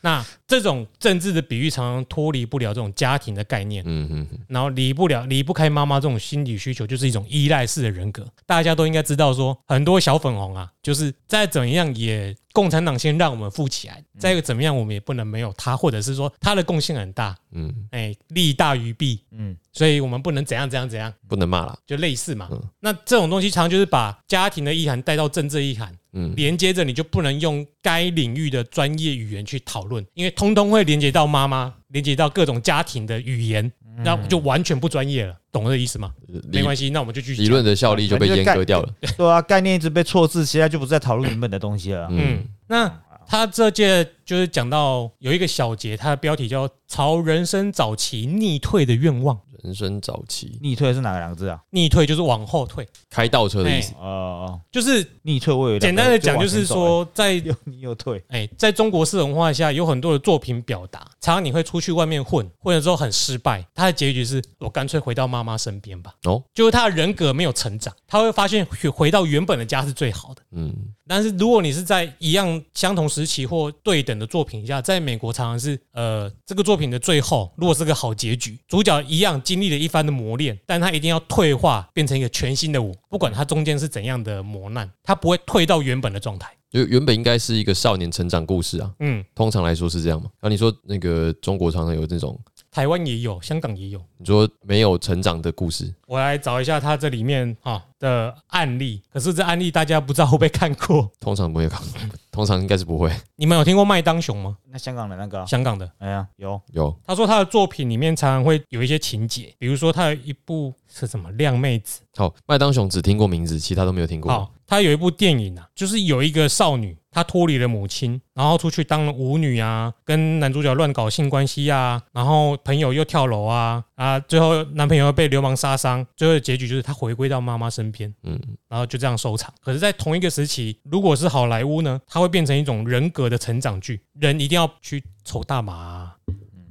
[SPEAKER 3] 那这种政治的比喻常常脱离不了这种家庭的概念，
[SPEAKER 2] 嗯嗯嗯，
[SPEAKER 3] 然后离不了离不开妈妈这种心理需求，就是一种依赖式的人格。大家都应该知道说，很多小粉红啊，就是再怎样也共产党先让我们富起来，再一个怎么样我们也不能没有他，或者是说他的贡献很大，
[SPEAKER 2] 嗯，
[SPEAKER 3] 哎，利大于弊，
[SPEAKER 1] 嗯，
[SPEAKER 3] 所以我们不能怎样怎样怎样，
[SPEAKER 2] 不能骂啦，
[SPEAKER 3] 就类似嘛
[SPEAKER 2] 嗯。
[SPEAKER 3] 那这种东西常常就是把家庭的意涵带到政治意涵，
[SPEAKER 2] 嗯
[SPEAKER 3] 连接着你就不能用该领域的专业语言去讨论，因为通通会连接到妈妈，连接到各种家庭的语言，那就完全不专业了，懂这个意思吗？没
[SPEAKER 2] 嗯理
[SPEAKER 3] 关系，那我们就继续
[SPEAKER 2] 理
[SPEAKER 3] 讲。
[SPEAKER 2] 论的效力就被阉割掉了，
[SPEAKER 1] 对啊，概念一直被错字，现在就不是在讨论原本的东西了。
[SPEAKER 2] 嗯
[SPEAKER 3] 嗯，那他这届就是讲到有一个小节，它的标题叫《朝人生早期逆退的愿望》，
[SPEAKER 2] 人生早期
[SPEAKER 1] 逆退是哪两个字啊？
[SPEAKER 3] 逆退就是往后退，哎
[SPEAKER 2] 开倒车的意思，
[SPEAKER 1] 哦哦，
[SPEAKER 3] 就是
[SPEAKER 1] 逆退我有
[SPEAKER 3] 简单的讲，
[SPEAKER 2] 啊
[SPEAKER 3] 就是说在
[SPEAKER 1] 啊 又逆又退，
[SPEAKER 3] 哎、在中国式文化下，有很多的作品表达，常常你会出去外面混，混了之后很失败，他的结局是我干脆回到妈妈身边吧。
[SPEAKER 2] 哦，
[SPEAKER 3] 就是他的人格没有成长，他会发现回回到原本的家是最好的。
[SPEAKER 2] 嗯
[SPEAKER 3] 但是如果你是在一样相同时期或对等的作品下，在美国常常是呃这个作品的最后，如果是个好结局，主角一样经历了一番的磨练，但他一定要退化变成一个全新的我，不管他中间是怎样的磨难，他不会退到原本的状态。
[SPEAKER 2] 就原本应该是一个少年成长故事啊，
[SPEAKER 3] 嗯，
[SPEAKER 2] 通常来说是这样嘛。啊那、你说那个中国常常有这种，
[SPEAKER 3] 台湾也有，香港也有。
[SPEAKER 2] 你说没有成长的故事，
[SPEAKER 3] 我来找一下他这里面啊的案例，可是这案例大家不知道会不会看过？
[SPEAKER 2] 通常不会看， 通常应该是不会
[SPEAKER 3] 你们有听过麦当雄吗？
[SPEAKER 1] 那香港的那个啊，
[SPEAKER 3] 香港的，
[SPEAKER 1] 哎呀，有
[SPEAKER 2] 有
[SPEAKER 3] 他说他的作品里面常常会有一些情节，比如说他有一部是什么靓妹子，
[SPEAKER 2] 好，麦当雄只听过名字，其他都没有听过。
[SPEAKER 3] 好，他有一部电影啊，就是有一个少女，她脱离了母亲，然后出去当了舞女啊，跟男主角乱搞性关系啊，然后朋友又跳楼啊啊，最后男朋友又被流氓杀伤，最后的结局就是她回归到妈妈身边。
[SPEAKER 2] 嗯，
[SPEAKER 3] 然后就这样收场。可是，在同一个时期，如果是好莱坞呢，它会变成一种人格的成长剧，人一定要去抽大麻、啊、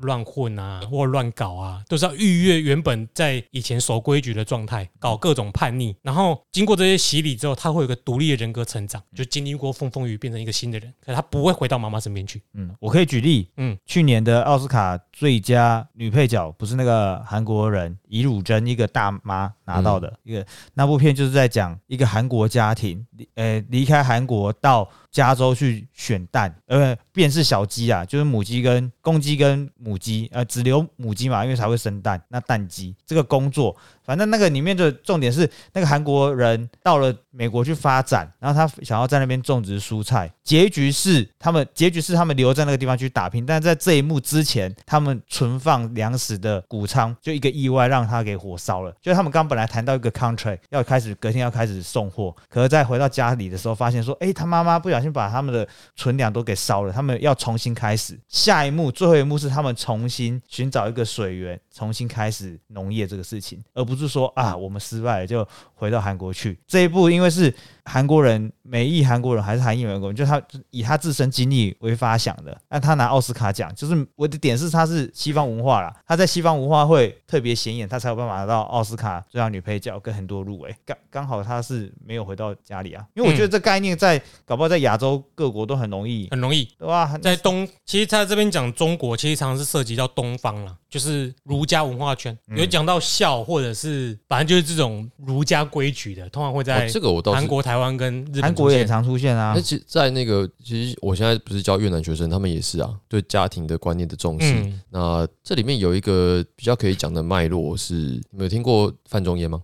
[SPEAKER 3] 乱混啊，或乱搞啊，都是要逾越原本在以前守规矩的状态，搞各种叛逆。然后经过这些洗礼之后，他会有一个独立的人格成长，就经历过风风雨，变成一个新的人。可是他不会回到妈妈身边去。
[SPEAKER 1] 嗯，我可以举例，
[SPEAKER 3] 嗯
[SPEAKER 1] 嗯，去年的奥斯卡最佳女配角不是那个韩国人尹汝贞一个大妈拿到的，一个那部片就是在讲一个韩国家庭，离呃，离开韩国到加州去选蛋，呃，便是小鸡啊，就是母鸡跟公鸡跟母鸡，呃，只留母鸡嘛，因为才会生蛋，那蛋鸡这个工作，反正那个里面的重点是，那个韩国人到了美国去发展，然后他想要在那边种植蔬菜，结局是他们结局是他们留在那个地方去打拼，但在这一幕之前，他们存放粮食的谷仓就一个意外让他给火烧了。就是他们刚本来谈到一个 contract 要开始隔天要开始送货，可是在回到家里的时候发现说，诶，他妈妈不小心把他们的存粮都给烧了，他们要重新开始。下一幕最后一幕是他们重新寻找一个水源，重新开始农业这个事情，而不是说啊我们失败了就回到韩国去。这一部因为是韩国人、美裔韩国人还是韩裔美国人，就他以他自身经历为发想的，那他拿奥斯卡奖，就是我的点是他是西方文化啦，他在西方文化会特别显眼，他才有办法拿到奥斯卡最佳女配角跟很多入围。刚刚好他是没有回到家里啊，因为我觉得这概念在、搞不好在亚洲各国都很容易，
[SPEAKER 3] 很容易
[SPEAKER 1] 对吧？很
[SPEAKER 3] 在东，其实他这边讲中国，其实常常是涉及到东方啦，就是儒家文化圈，
[SPEAKER 1] 嗯
[SPEAKER 3] 有讲到孝或者是反正就是这种儒家规矩的，通常会在
[SPEAKER 2] 哦、这个我倒
[SPEAKER 3] 韩
[SPEAKER 2] 是。
[SPEAKER 3] 国、台湾跟日本
[SPEAKER 1] 韩国
[SPEAKER 3] 出
[SPEAKER 1] 也
[SPEAKER 3] 现
[SPEAKER 1] 常出现啊
[SPEAKER 2] 那，其实，在那个，其实我现在不是教越南学生，他们也是啊，对家庭的观念的重视。
[SPEAKER 3] 嗯，
[SPEAKER 2] 那这里面有一个比较可以讲的脉络是，你们有听过范仲淹吗？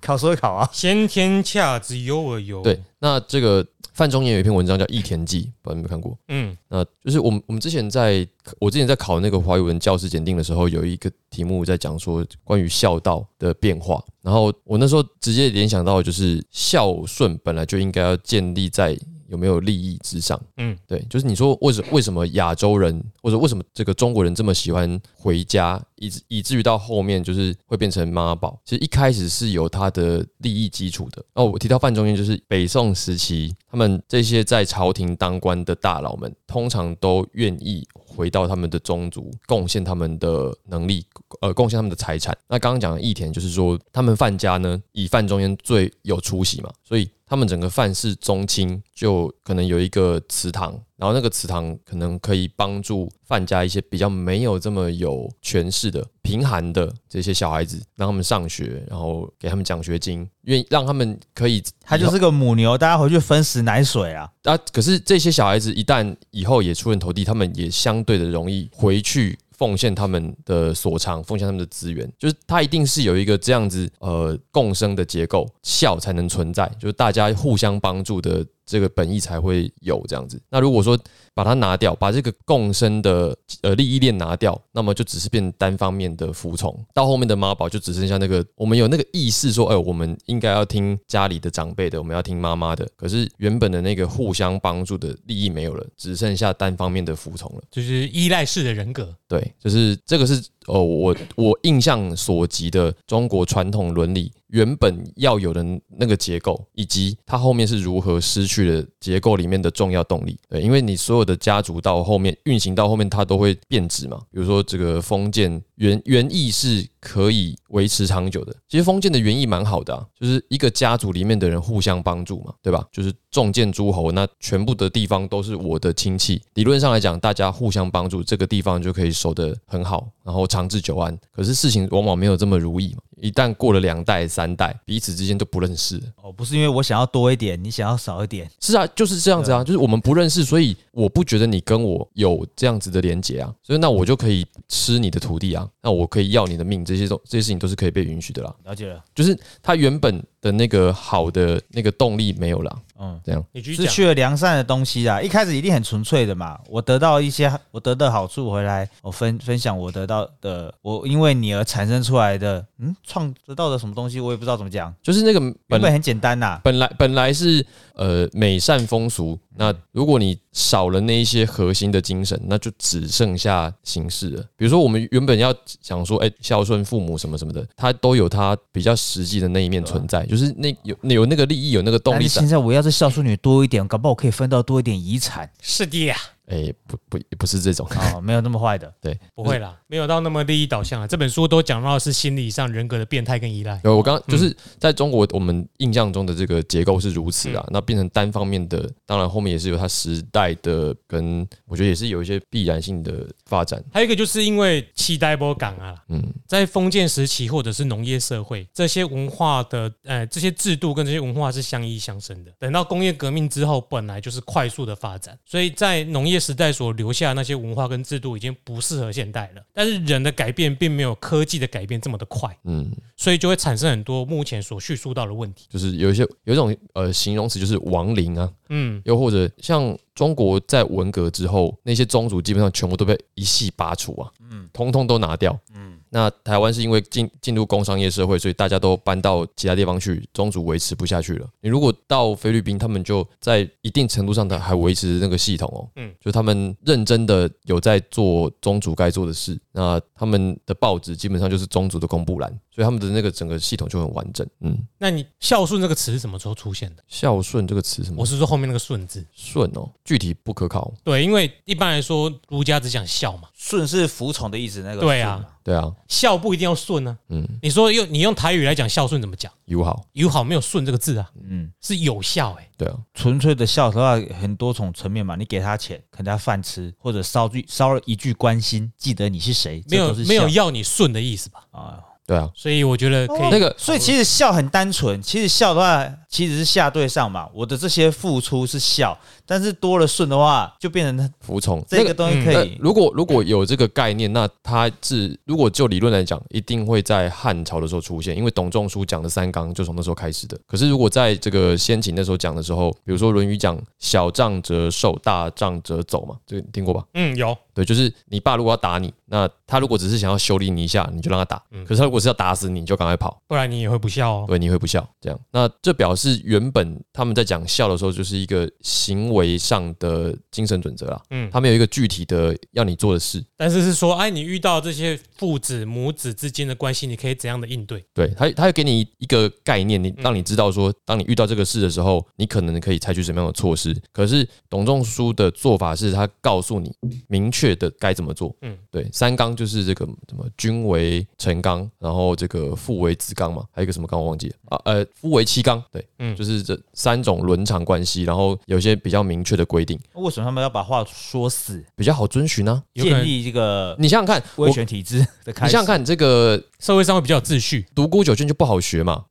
[SPEAKER 1] 考试会考啊，
[SPEAKER 3] 先天下之忧而忧。
[SPEAKER 2] 对，，那这个范仲淹有一篇文章叫《忆田记》，不知道你们有没有看过？
[SPEAKER 3] 嗯
[SPEAKER 2] 那就是我们我们之前在我之前在考那个华语文教师检定的时候，有一个题目在讲说关于孝道的变化，然后我那时候直接联想到的就是孝顺本来就应该要建立在有没有利益之上，
[SPEAKER 3] 嗯，
[SPEAKER 2] 对，就是你说为什为什么亚洲人或者为什么这个中国人这么喜欢回家，以至以至于到后面就是会变成妈宝？其实一开始是有他的利益基础的。哦，我提到范仲淹，就是北宋时期，他们这些在朝廷当官的大佬们，通常都愿意回到他们的宗族，贡献他们的能力，呃，贡献他们的财产。那刚刚讲的义田，就是说他们范家呢，以范仲淹最有出息嘛，所以他们整个范氏宗亲就可能有一个祠堂，然后那个祠堂可能可以帮助范家一些比较没有这么有权势的、贫寒的这些小孩子，让他们上学，然后给他们奖学金，愿意让他们可以，
[SPEAKER 1] 他就是个母牛，大家回去分食奶水啊。
[SPEAKER 2] 啊，可是这些小孩子一旦以后也出人头地，他们也相对的容易回去奉献他们的所长，奉献他们的资源，就是他一定是有一个这样子呃共生的结构，孝才能存在，就是大家互相帮助的这个本意才会有这样子。那如果说把它拿掉，把这个共生的呃利益链拿掉，那么就只是变单方面的服从。到后面的妈宝就只剩下那个，我们有那个意识说，哎、我们应该要听家里的长辈的，我们要听妈妈的。可是原本的那个互相帮助的利益没有了，只剩下单方面的服从了。
[SPEAKER 3] 就是依赖式的人格。
[SPEAKER 2] 对，就是这个是呃，我我印象所及的中国传统伦理原本要有的那个结构，以及它后面是如何失去了结构里面的重要动力。对，因为你所有的家族到后面运行到后面，它都会变质嘛。比如说这个封建原原意是可以维持长久的，其实封建的原意蛮好的啊，就是一个家族里面的人互相帮助嘛，对吧？就是众建诸侯，那全部的地方都是我的亲戚。理论上来讲，大家互相帮助，这个地方就可以守得很好，然后长治久安。可是事情往往没有这么如意嘛，一旦过了两代、三代，彼此之间都不认识了。
[SPEAKER 1] 哦，不是因为我想要多一点，你想要少一点，
[SPEAKER 2] 是啊，就是这样子啊，就是我们不认识，所以我不觉得你跟我有这样子的连结啊，所以那我就可以吃你的土地啊，那我可以要你的命，这些都这些事情都是可以被允许的啦。
[SPEAKER 1] 了解了。
[SPEAKER 2] 就是他原本的那个好的那个动力没有了，
[SPEAKER 1] 嗯，
[SPEAKER 2] 这样
[SPEAKER 3] 你继续
[SPEAKER 1] 失
[SPEAKER 3] 讲，
[SPEAKER 1] 去了良善的东西啊。一开始一定很纯粹的嘛，我得到一些我得的好处回来，我分分享我得到的，我因为你而产生出来的，嗯，创得到的什么东西，我也不知道怎么讲。
[SPEAKER 2] 就是那个
[SPEAKER 1] 原
[SPEAKER 2] 本
[SPEAKER 1] 本很简单呐、
[SPEAKER 2] 本来本来是呃美善风俗，
[SPEAKER 3] 嗯
[SPEAKER 2] 那如果你少了那一些核心的精神，那就只剩下形式了。比如说我们原本要想说，哎、孝顺父母什么什么的，它都有它比较实际的那一面存
[SPEAKER 3] 嗯
[SPEAKER 2] 在，就是那有那有那个利益，有那个动
[SPEAKER 1] 但
[SPEAKER 2] 力
[SPEAKER 1] 是
[SPEAKER 2] 在
[SPEAKER 1] 现。在我要是孝顺你多一点，搞不好我可以分到多一点遗产
[SPEAKER 3] 是的呀，
[SPEAKER 2] 哎、不不不是这种，
[SPEAKER 1] 哦，没有那么坏的。
[SPEAKER 3] 不会啦，没有到那么利益导向啊。这本书都讲到的是心理上人格的变态跟依赖。
[SPEAKER 2] 有，我刚就是在中国，我们印象中的这个结构是如此啊，那变成单方面的，当然后面也是有它时代的跟，我觉得也是有一些必然性的发展。
[SPEAKER 3] 还有一个就是因为期待波港啊，
[SPEAKER 2] 嗯，
[SPEAKER 3] 在封建时期或者是农业社会，这些文化的呃这些制度跟这些文化是相依相生的。等到工业革命之后，本来就是快速的发展，所以在农业时代所留下的那些文化跟制度已经不适合现代了。但是人的改变并没有科技的改变这么的快，
[SPEAKER 2] 嗯，
[SPEAKER 3] 所以就会产生很多目前所叙述到的问题。
[SPEAKER 2] 就是有一些有一种呃形容词就是亡灵啊，
[SPEAKER 3] 嗯，
[SPEAKER 2] 又或者像中国在文革之后，那些宗族基本上全部都被一系拔除啊，嗯，通通都拿掉，嗯。那台湾是因为进进入工商业社会，所以大家都搬到其他地方去，宗族维持不下去了。你如果到菲律宾，他们就在一定程度上的还维持那个系统哦，
[SPEAKER 3] 嗯
[SPEAKER 2] 嗯，就他们认真的有在做宗族该做的事。那他们的报纸基本上就是宗族的公布栏，所以他们的那个整个系统就很完整。嗯，
[SPEAKER 3] 那你孝顺这个词是什么时候出现的？
[SPEAKER 2] 孝顺这个词什么
[SPEAKER 3] 我？是说后面那个顺字。
[SPEAKER 2] 顺哦，具体不可考。
[SPEAKER 3] 对，因为一般来说儒家只讲孝嘛，
[SPEAKER 1] 顺是服从的意思，那个
[SPEAKER 3] 对啊
[SPEAKER 1] 顺嘛，
[SPEAKER 2] 对啊，
[SPEAKER 3] 孝不一定要顺呢、
[SPEAKER 2] 嗯，
[SPEAKER 3] 你说用你用台语来讲孝顺怎么讲？
[SPEAKER 2] 友好，
[SPEAKER 3] 友好没有顺这个字啊，
[SPEAKER 1] 嗯，
[SPEAKER 3] 是有效哎、
[SPEAKER 2] 对啊，
[SPEAKER 1] 纯粹的孝的话，很多种层面嘛。你给他钱，给他饭吃，或者捎句捎一句关心，记得你是谁，这
[SPEAKER 3] 没有
[SPEAKER 1] 都是
[SPEAKER 3] 没有
[SPEAKER 1] 孝
[SPEAKER 3] 哦要你顺的意思吧？
[SPEAKER 1] 啊。
[SPEAKER 2] 对啊，
[SPEAKER 3] 所以我觉得可以，
[SPEAKER 2] 那个
[SPEAKER 1] 所以其实孝很单纯，其实孝的话其实是下对上嘛。我的这些付出是孝，但是多了顺的话，就变成
[SPEAKER 2] 服从
[SPEAKER 1] 这
[SPEAKER 2] 那
[SPEAKER 1] 个东西可
[SPEAKER 2] 呃
[SPEAKER 1] 以。
[SPEAKER 2] 如果如果有这个概念，那它是如果就理论来讲，一定会在汉朝的时候出现，因为董仲舒讲的三纲就从那时候开始的。可是如果在这个先秦那时候讲的时候，比如说《论语》讲“小杖则受，大杖则走”嘛，这个你听过吧？
[SPEAKER 3] 嗯，有
[SPEAKER 2] 对，就是你爸如果要打你，那他如果只是想要修理你一下，你就让他打；
[SPEAKER 1] 嗯
[SPEAKER 2] 可是他如果是要打死你，你就赶快跑。
[SPEAKER 3] 不然你也会不孝哦。
[SPEAKER 2] 对，你会不孝这样。那这表示原本他们在讲孝的时候，就是一个行为上的精神准则啦。
[SPEAKER 3] 嗯
[SPEAKER 2] 嗯，他们有一个具体的要你做的事，
[SPEAKER 3] 但是是说，哎，你遇到这些父子母子之间的关系，你可以怎样的应对？
[SPEAKER 2] 对他，他会给你一个概念，你让你知道说，当你遇到这个事的时候，你可能可以采取什么样的措施。可是董仲舒的做法是他告诉你，明确确的该怎么做。
[SPEAKER 3] 嗯
[SPEAKER 2] 嗯，对，三纲就是这个什么君为臣纲，然后这个父为子纲嘛，还有一个什么纲我忘记了啊，呃，夫为妻纲，对，
[SPEAKER 3] 嗯
[SPEAKER 2] 嗯，就是这三种伦常关系，然后有些比较明确的规定，
[SPEAKER 1] 为什么他们要把话说死，
[SPEAKER 2] 比较好遵循啊。
[SPEAKER 3] 有可能
[SPEAKER 1] 建立这个
[SPEAKER 2] 你想想看，我
[SPEAKER 1] 威
[SPEAKER 2] 你
[SPEAKER 1] 权体制的开
[SPEAKER 2] 想
[SPEAKER 1] 始？
[SPEAKER 2] 想看，这个
[SPEAKER 3] 社会上会比较有秩序，
[SPEAKER 2] 独孤九剑就不好学嘛，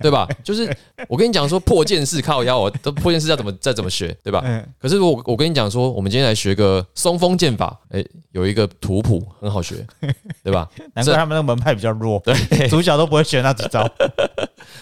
[SPEAKER 2] 对吧？就是我跟你讲说破剑式靠腰，我啊都破剑式要怎么再怎么学，对吧？
[SPEAKER 1] 嗯，
[SPEAKER 2] 可是我我跟你讲说，我们今天来学个松风剑法，哎、有一个图谱很好学，对吧？
[SPEAKER 1] 难
[SPEAKER 2] 这
[SPEAKER 1] 怪他们那个门派比较弱，对，主角都不会选那几 招。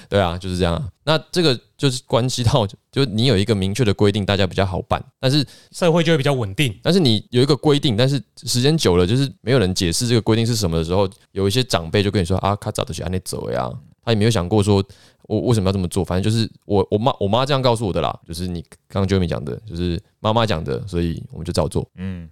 [SPEAKER 2] 对啊，就是这样啊。那这个就是关系到，就是你有一个明确的规定，大家比较好办。但是
[SPEAKER 3] 社会就会比较稳定。
[SPEAKER 2] 但是你有一个规定，但是时间久了，就是没有人解释这个规定是什么的时候，有一些长辈就跟你说啊，他早都去按那走呀，他也没有想过说我为什么要这么做，反正就是我我妈我妈这样告诉我的啦，就是你刚刚 j e m 讲的，就是妈妈讲的，所以我们就照做，
[SPEAKER 1] 嗯，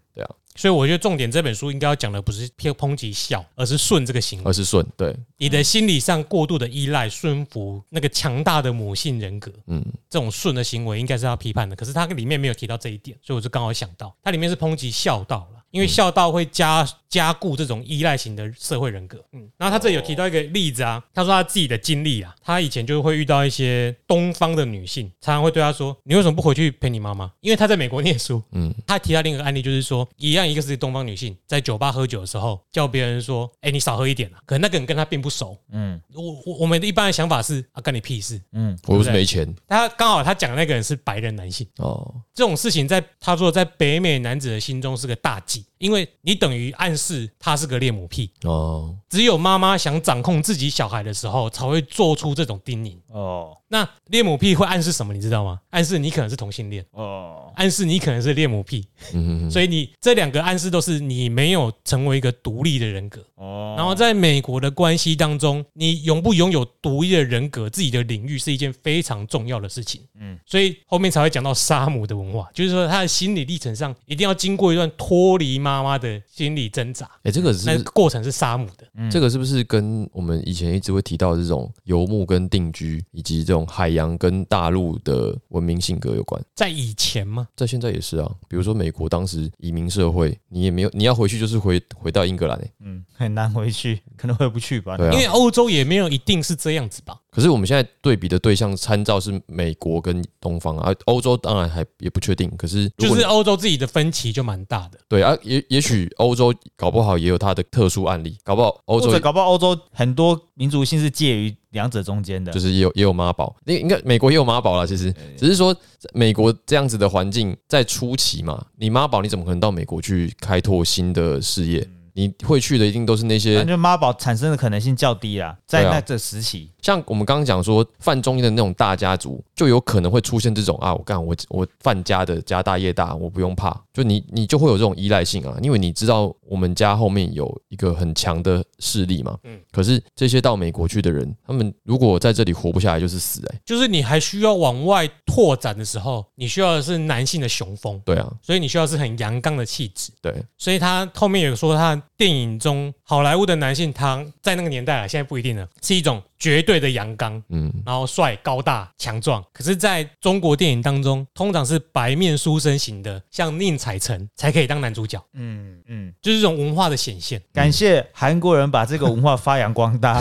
[SPEAKER 3] 所以我觉得重点这本书应该要讲的不是偏抨击孝，而是顺这个行为
[SPEAKER 2] 而。是顺对，
[SPEAKER 3] 你的心理上过度的依赖、顺服那个强大的母性人格，
[SPEAKER 2] 嗯，
[SPEAKER 3] 这种顺的行为应该是要批判的。可是它里面没有提到这一点，所以我就刚好想到，它里面是抨击孝道了。因为孝道会加加固这种依赖型的社会人格，嗯，然后他这里有提到一个例子啊，他说他自己的经历啊，他以前就会遇到一些东方的女性，常常会对他说：“你为什么不回去陪你妈妈？”因为他在美国念书，
[SPEAKER 2] 嗯，
[SPEAKER 3] 他提到另一个案例，就是说，一样一个是东方女性，在酒吧喝酒的时候叫别人说：“哎、你少喝一点啊。”可能那个人跟他并不熟。
[SPEAKER 1] 嗯
[SPEAKER 3] 我我我们一般的想法是啊，干你屁事。
[SPEAKER 1] 嗯，
[SPEAKER 2] 我又不是没钱
[SPEAKER 3] 他刚好他讲的那个人是白人男性，
[SPEAKER 2] 哦，
[SPEAKER 3] 这种事情在他说在北美男子的心中是个大忌，因为你等于暗示他是个恋母癖。
[SPEAKER 2] 哦，
[SPEAKER 3] 只有妈妈想掌控自己小孩的时候，才会做出这种叮咛。
[SPEAKER 1] 哦
[SPEAKER 3] 那恋母癖会暗示什么？你知道吗？暗示你可能是同性恋，
[SPEAKER 1] 哦，
[SPEAKER 3] 暗示你可能是恋母癖。
[SPEAKER 2] 嗯嗯
[SPEAKER 3] 所以你这两个暗示都是你没有成为一个独立的人格。
[SPEAKER 1] 哦
[SPEAKER 3] 然后在美国的关系当中，你拥不拥有独立的人格、自己的领域是一件非常重要的事情。嗯
[SPEAKER 1] 嗯，
[SPEAKER 3] 所以后面才会讲到沙姆的文化，就是说他的心理历程上一定要经过一段脱离妈妈的心理挣扎，
[SPEAKER 2] 哎、这个是不
[SPEAKER 3] 那
[SPEAKER 2] 是
[SPEAKER 3] 个过程是沙姆的。
[SPEAKER 1] 嗯
[SPEAKER 2] 这个是不是跟我们以前一直会提到的这种游牧跟定居，以及这种海洋跟大陆的文明性格有关？
[SPEAKER 3] 在以前嘛，
[SPEAKER 2] 在现在也是啊，比如说美国当时移民社会，你也没有，你要回去就是回回到英格兰、欸、
[SPEAKER 1] 嗯很难回去，可能回不去吧。
[SPEAKER 2] 对啊
[SPEAKER 3] 因为欧洲也没有一定是这样子吧。
[SPEAKER 2] 可是我们现在对比的对象参照是美国跟东方啊，欧洲当然还也不确定。可是如
[SPEAKER 3] 就
[SPEAKER 2] 果
[SPEAKER 3] 是啊
[SPEAKER 2] 你
[SPEAKER 3] 欧洲自己的分歧就蛮大的，
[SPEAKER 2] 对啊，也也许欧洲搞不好也有它的特殊案例，搞不好欧
[SPEAKER 1] 或
[SPEAKER 2] 洲
[SPEAKER 1] 者搞不好欧洲很多民族性是介于两者中间的，
[SPEAKER 2] 就是也有也有妈宝，那应该美国也有妈宝啦。其实只是说美国这样子的环境在初期嘛，你妈宝你怎么可能到美国去开拓新的事业？你会去的一定都是那些
[SPEAKER 1] 感觉妈宝产生的可能性较低啦，在
[SPEAKER 2] 对啊
[SPEAKER 1] 那这时期，
[SPEAKER 2] 像我们刚刚讲说范中医的那种大家族，就有可能会出现这种啊，我干我我范家的家大业大，我不用怕，就你你就会有这种依赖性啊，因为你知道我们家后面有一个很强的势力嘛。
[SPEAKER 3] 嗯
[SPEAKER 2] 嗯，可是这些到美国去的人，他们如果在这里活不下来，就是死哎、
[SPEAKER 3] 就是你还需要往外拓展的时候，你需要的是男性的雄风，
[SPEAKER 2] 对啊，
[SPEAKER 3] 所以你需要是很阳刚的气质。
[SPEAKER 2] 对，啊
[SPEAKER 3] 所以他后面有说，他电影中好莱坞的男性，他在那个年代啊，现在不一定了，是一种绝对的阳刚，
[SPEAKER 2] 嗯，
[SPEAKER 3] 然后帅、高大、强壮。可是，在中国电影当中，通常是白面书生型的，像宁采臣才可以当男主角，
[SPEAKER 1] 嗯嗯，
[SPEAKER 3] 就是这种文化的显现。
[SPEAKER 1] 感谢韩国人把这个文化发扬光 大，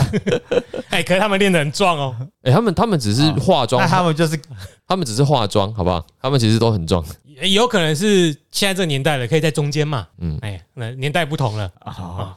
[SPEAKER 3] 哎，可是他们练得很壮哦，
[SPEAKER 2] 哎、他们他们只是
[SPEAKER 1] 啊
[SPEAKER 2] 化妆，
[SPEAKER 1] 那他
[SPEAKER 2] 他
[SPEAKER 1] 们就是
[SPEAKER 2] 他们只是化妆，好不好？他们其实都很壮，
[SPEAKER 3] 也有可能是现在这个年代了，可以在中间嘛。嗯
[SPEAKER 2] 嗯，
[SPEAKER 3] 哎，那年代不同了，
[SPEAKER 1] 哦，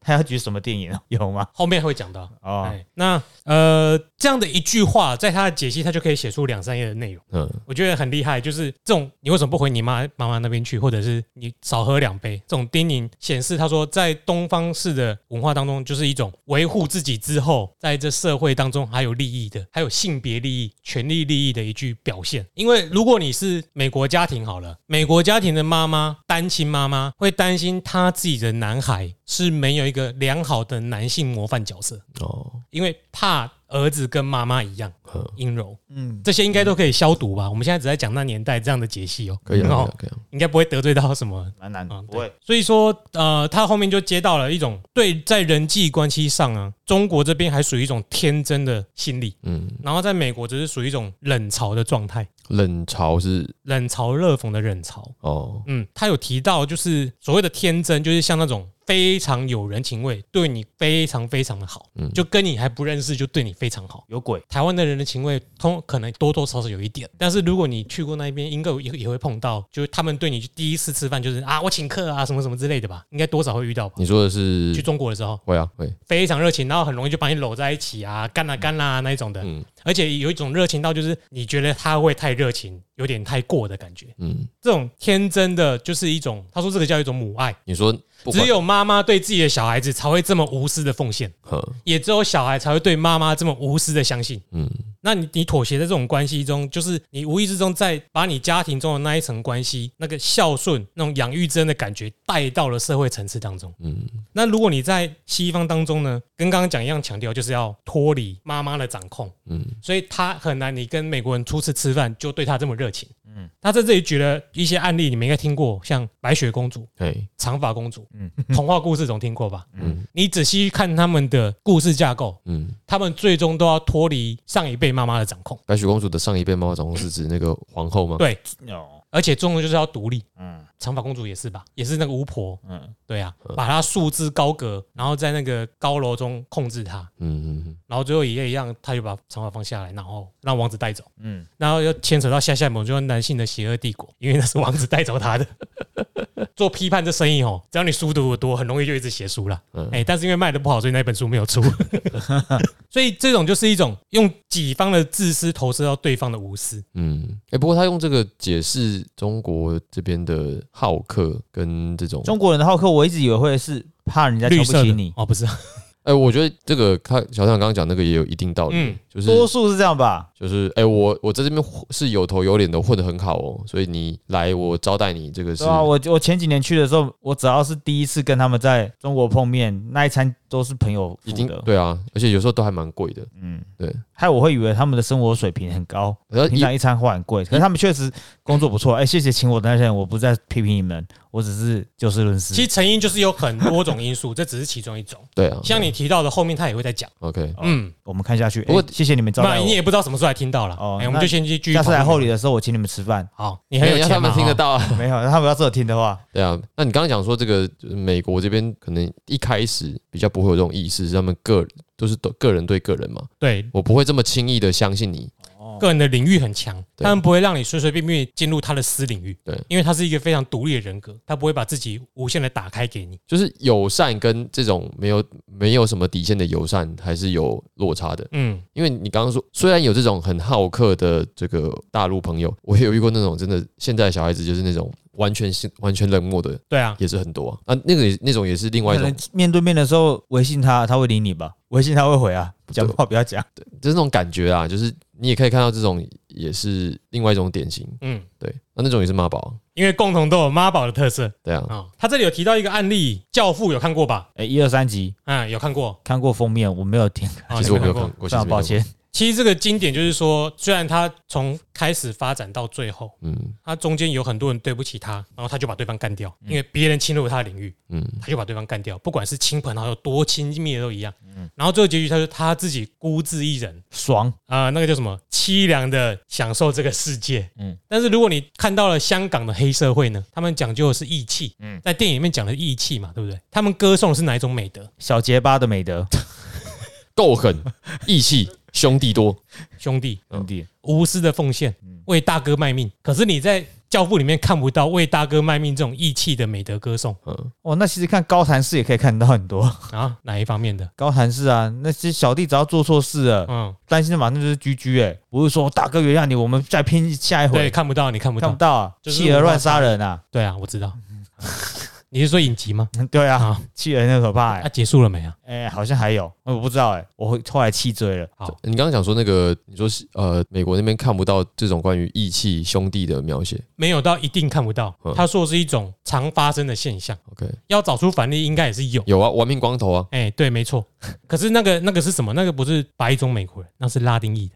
[SPEAKER 1] 他要举什么电影 啊有吗？
[SPEAKER 3] 后面会讲到。
[SPEAKER 1] 哦，
[SPEAKER 3] 哎，那呃，这样的一句话，在他的解析，他就可以写出两三页的内容。
[SPEAKER 2] 嗯，
[SPEAKER 3] 我觉得很厉害，就是这种你为什么不回你妈妈妈那边去，或者是你少喝两杯，这种叮咛显示他说在东方式的文化当中，就是一种维护自己之后，在这社会当中还有利益的，还有性别利益、权利利益的一句表现。因为如果你是美国家庭好了，美国家庭的妈妈单亲妈妈会担心她自己的男孩是没有一个良好的男性模范角色，
[SPEAKER 2] 哦，
[SPEAKER 3] 因为怕儿子跟妈妈一样
[SPEAKER 2] 嗯
[SPEAKER 3] 阴柔。
[SPEAKER 1] 嗯，
[SPEAKER 3] 这些应该都可以消毒吧？我们现在只在讲那年代这样的解析哦，
[SPEAKER 2] 可以啊，可以
[SPEAKER 3] 哦
[SPEAKER 2] 啊，，可以啊，
[SPEAKER 3] 应该不会得罪到什么。
[SPEAKER 1] 蛮难的，
[SPEAKER 3] 嗯
[SPEAKER 1] 不会，
[SPEAKER 3] 所以说，呃，他后面就接到了一种对在人际关系上啊，中国这边还属于一种天真的心理，
[SPEAKER 2] 嗯，
[SPEAKER 3] 然后在美国只是属于一种冷嘲的状态。
[SPEAKER 2] 冷嘲是
[SPEAKER 3] 冷嘲热讽的冷嘲。
[SPEAKER 2] 哦，
[SPEAKER 3] 嗯，他有提到就是所谓的天真，就是像那种非常有人情味，对你非常非常的好，
[SPEAKER 2] 嗯
[SPEAKER 3] 就跟你还不认识就对你非常好。
[SPEAKER 1] 有鬼，
[SPEAKER 3] 台湾的人的情味通可能多多少少有一点，但是如果你去过那边，应该也也会碰到，就是他们对你第一次吃饭就是啊我请客啊什么什么之类的吧，应该多少会遇到吧。
[SPEAKER 2] 你说的是
[SPEAKER 3] 去中国的时候
[SPEAKER 2] 会啊会，
[SPEAKER 3] 非常热情，然后很容易就把你搂在一起啊，干啦干啦那一种的，
[SPEAKER 2] 嗯
[SPEAKER 3] 而且有一种热情到就是你觉得他会太热情，有点太过的感觉。
[SPEAKER 2] 嗯，
[SPEAKER 3] 这种天真的就是一种，他说这个叫一种母爱，
[SPEAKER 2] 你说不管
[SPEAKER 3] 只有妈妈对自己的小孩子才会这么无私的奉献，
[SPEAKER 2] 呵
[SPEAKER 3] 也只有小孩才会对妈妈这么无私的相信。
[SPEAKER 2] 嗯
[SPEAKER 3] 那你你妥协在这种关系中，就是你无意之中在把你家庭中的那一层关系，那个孝顺、那种养育之恩的感觉带到了社会层次当中。
[SPEAKER 2] 嗯
[SPEAKER 3] 那如果你在西方当中呢，跟刚刚讲一样，强调就是要脱离妈妈的掌控，
[SPEAKER 2] 嗯
[SPEAKER 3] 所以他很难，你跟美国人初次吃饭就对他这么热情。嗯，他在这里举了一些案例，你们应该听过，像白雪公主、
[SPEAKER 2] 哎
[SPEAKER 3] 长发公主，
[SPEAKER 1] 嗯
[SPEAKER 3] 童话故事总听过吧？
[SPEAKER 2] 嗯
[SPEAKER 3] 你仔细看他们的故事架构，
[SPEAKER 2] 嗯，
[SPEAKER 3] 他们最终都要脱离上一辈妈妈的掌控，
[SPEAKER 2] 白雪公主的上一辈妈妈总共是指那个皇后吗？
[SPEAKER 3] 对
[SPEAKER 1] 哦，
[SPEAKER 3] 而且最终就是要独立。
[SPEAKER 1] 嗯
[SPEAKER 3] 长发公主也是吧，也是那个巫婆，
[SPEAKER 1] 嗯，
[SPEAKER 3] 对啊，把她束之高阁，然后在那个高楼中控制她，
[SPEAKER 2] 嗯，嗯嗯
[SPEAKER 3] 然后最后也一样，她就把长发放下来，然后让王子带走，
[SPEAKER 1] 嗯，
[SPEAKER 3] 然后又牵扯到下下某就是男性的邪恶帝国，因为那是王子带 走他的。做批判这生意哦，只要你书读的多，很容易就一直写书了。哎、
[SPEAKER 2] 嗯
[SPEAKER 3] 但是因为卖的不好，所以那本书没 有出。所以这种就是一种用己方的自私投射到对方的无私。
[SPEAKER 2] 嗯，哎、不过他用这个解释中国这边的好客跟这种，
[SPEAKER 1] 中国人的好客，我一直以为会是怕人家瞧
[SPEAKER 3] 绿
[SPEAKER 1] 不
[SPEAKER 3] 色
[SPEAKER 1] 起
[SPEAKER 3] 的
[SPEAKER 1] 你，
[SPEAKER 3] 哦，不是，
[SPEAKER 2] 哎、我觉得这个他小唐刚刚讲那个也有一定道理，
[SPEAKER 3] 嗯，
[SPEAKER 2] 就是
[SPEAKER 1] 多数是这样吧？
[SPEAKER 2] 就是，哎、我我在这边混是有头有脸的，混得很好哦，所以你来我招待你，这个是
[SPEAKER 1] 对啊，我我前几年去的时候，我只要是第一次跟他们在中国碰面，那一餐都是朋友
[SPEAKER 2] 已
[SPEAKER 1] 付
[SPEAKER 2] 经
[SPEAKER 1] 的，
[SPEAKER 2] 对啊，而且有时候都还蛮贵的，
[SPEAKER 1] 嗯，
[SPEAKER 2] 对，
[SPEAKER 1] 害我会以为他们的生活水平很高，
[SPEAKER 2] 然后
[SPEAKER 1] 平
[SPEAKER 2] 一
[SPEAKER 1] 常一餐花很贵，可是他们确实工作不错。哎、谢谢请我的那些人，我不再批评你们，我只是就事论事。
[SPEAKER 3] 其实成因就是有很多种因素，这只是其中一种。
[SPEAKER 2] 对啊，
[SPEAKER 3] 像你提到的，后面他也会再讲。
[SPEAKER 2] OK，
[SPEAKER 1] 哦
[SPEAKER 3] 嗯，
[SPEAKER 1] 我们看下去，
[SPEAKER 2] 不过
[SPEAKER 1] 哎谢谢你们招
[SPEAKER 3] 那
[SPEAKER 1] 待
[SPEAKER 3] 你也
[SPEAKER 1] 我。
[SPEAKER 3] 不知道什么时候来听到了。
[SPEAKER 1] 哦
[SPEAKER 3] 哦，我们
[SPEAKER 1] 那
[SPEAKER 3] 就先去继续
[SPEAKER 1] 下次来
[SPEAKER 3] 讨论
[SPEAKER 1] 厚礼的时候，我请你们吃饭。
[SPEAKER 3] 好，你很有
[SPEAKER 2] 让
[SPEAKER 3] 钱
[SPEAKER 2] 他们
[SPEAKER 3] 嘛
[SPEAKER 2] 听得
[SPEAKER 3] 哦
[SPEAKER 2] 到啊，
[SPEAKER 1] 没有，他们要是有听的话，
[SPEAKER 2] 对啊。那你刚刚讲说这个就是美国这边可能一开始比较不会有这种意识，是他们个都是都个人对个人嘛，
[SPEAKER 3] 对
[SPEAKER 2] 我不会这么轻易的相信你，
[SPEAKER 1] 哦
[SPEAKER 3] 个人的领域很强，
[SPEAKER 2] 对
[SPEAKER 3] 他们不会让你随随便便进入他的私领域。
[SPEAKER 2] 对
[SPEAKER 3] 因为他是一个非常独立的人格，他不会把自己无限的打开给你。
[SPEAKER 2] 就是友善跟这种没有没有什么底线的友善还是有落差的。
[SPEAKER 3] 嗯，
[SPEAKER 2] 因为你刚刚说，虽然有这种很好客的这个大陆朋友，我也有遇过那种真的现在小孩子就是那种完全是完全冷漠的，
[SPEAKER 3] 对啊，
[SPEAKER 2] 也是很多啊。啊，那个也那种也是另外一
[SPEAKER 1] 可
[SPEAKER 2] 种
[SPEAKER 1] 能，面对面的时候微信他，他会理你吧？微信他会回啊，讲话不要讲。
[SPEAKER 2] 就是那种感觉啊，就是你也可以看到这种也是另外一种典型。
[SPEAKER 3] 嗯，
[SPEAKER 2] 对，那那种也是妈宝啊，
[SPEAKER 3] 因为共同都有妈宝的特色
[SPEAKER 2] 对
[SPEAKER 3] 啊、
[SPEAKER 2] 啊，
[SPEAKER 3] 哦他这里有提到一个案例，《教父》有看过吧？
[SPEAKER 1] 哎、一二三集
[SPEAKER 3] 嗯，有看过。
[SPEAKER 1] 看过封面，我没有听，
[SPEAKER 3] 啊
[SPEAKER 2] 其实我
[SPEAKER 3] 你
[SPEAKER 2] 没
[SPEAKER 3] 们
[SPEAKER 2] 有
[SPEAKER 3] 看
[SPEAKER 1] 非
[SPEAKER 2] 看过，其
[SPEAKER 3] 过。
[SPEAKER 2] 实
[SPEAKER 1] 常
[SPEAKER 2] 没有
[SPEAKER 1] 抱
[SPEAKER 2] 看过。
[SPEAKER 1] 歉。
[SPEAKER 3] 其实这个经典就是说，虽然他从开始发展到最后，
[SPEAKER 2] 嗯
[SPEAKER 3] 他中间有很多人对不起他，然后他就把对方干掉，因为别人侵入他的领域。
[SPEAKER 2] 嗯
[SPEAKER 3] 他就把对方干掉，不管是亲朋好友多亲密的都一样。然后最后结局，他说他自己孤自一人，
[SPEAKER 1] 爽，
[SPEAKER 3] 啊、那个叫什么凄凉的享受这个世界。
[SPEAKER 1] 嗯
[SPEAKER 3] 嗯，但是如果你看到了香港的黑社会呢，他们讲究的是义气。
[SPEAKER 1] 嗯
[SPEAKER 3] 嗯，在电影里面讲的义气嘛，对不对？他们歌颂的是哪一种美德？
[SPEAKER 1] 小结巴的美德，
[SPEAKER 2] 够狠，义气，兄弟多。
[SPEAKER 3] 兄弟，
[SPEAKER 1] 兄弟，
[SPEAKER 3] 无私的奉献，为大哥卖命。可是你在教父里面看不到为大哥卖命这种义气的美德歌颂
[SPEAKER 2] 嗯，
[SPEAKER 1] 哦，那其实看高谭市也可以看到很多。
[SPEAKER 3] 啊，哪一方面的？
[SPEAKER 1] 高谭市啊，那些小弟只要做错事了，
[SPEAKER 3] 嗯，
[SPEAKER 1] 担心的马上就是居居哎，不是说大哥原谅你，我们再拼下一
[SPEAKER 3] 对，
[SPEAKER 1] 回，
[SPEAKER 3] 看不到，你看不
[SPEAKER 1] 看
[SPEAKER 3] 到
[SPEAKER 1] 不。到啊，
[SPEAKER 3] 就是
[SPEAKER 1] 弃儿乱杀人啊，
[SPEAKER 3] 对啊，我知道。你是说影集吗？
[SPEAKER 1] 对啊，
[SPEAKER 3] 啊，
[SPEAKER 1] 弃儿很可怕
[SPEAKER 3] 啊，
[SPEAKER 1] 哎，
[SPEAKER 3] 结束了没啊？
[SPEAKER 1] 哎，好像还有，我不知道哎，我后来弃追了，
[SPEAKER 3] 好，
[SPEAKER 2] 你刚刚讲说那个，你说是呃，美国那边看不到这种关于义气兄弟的描写。
[SPEAKER 3] 没有到一定看不到
[SPEAKER 2] 嗯。
[SPEAKER 3] 他说的是一种常发生的现象，
[SPEAKER 2] OK，
[SPEAKER 3] 要找出反例应该也是有。
[SPEAKER 2] 有啊，玩命光头啊，
[SPEAKER 3] 哎、对，没错。可是那个那个是什么？那个不是白种美国人，那是拉丁裔的，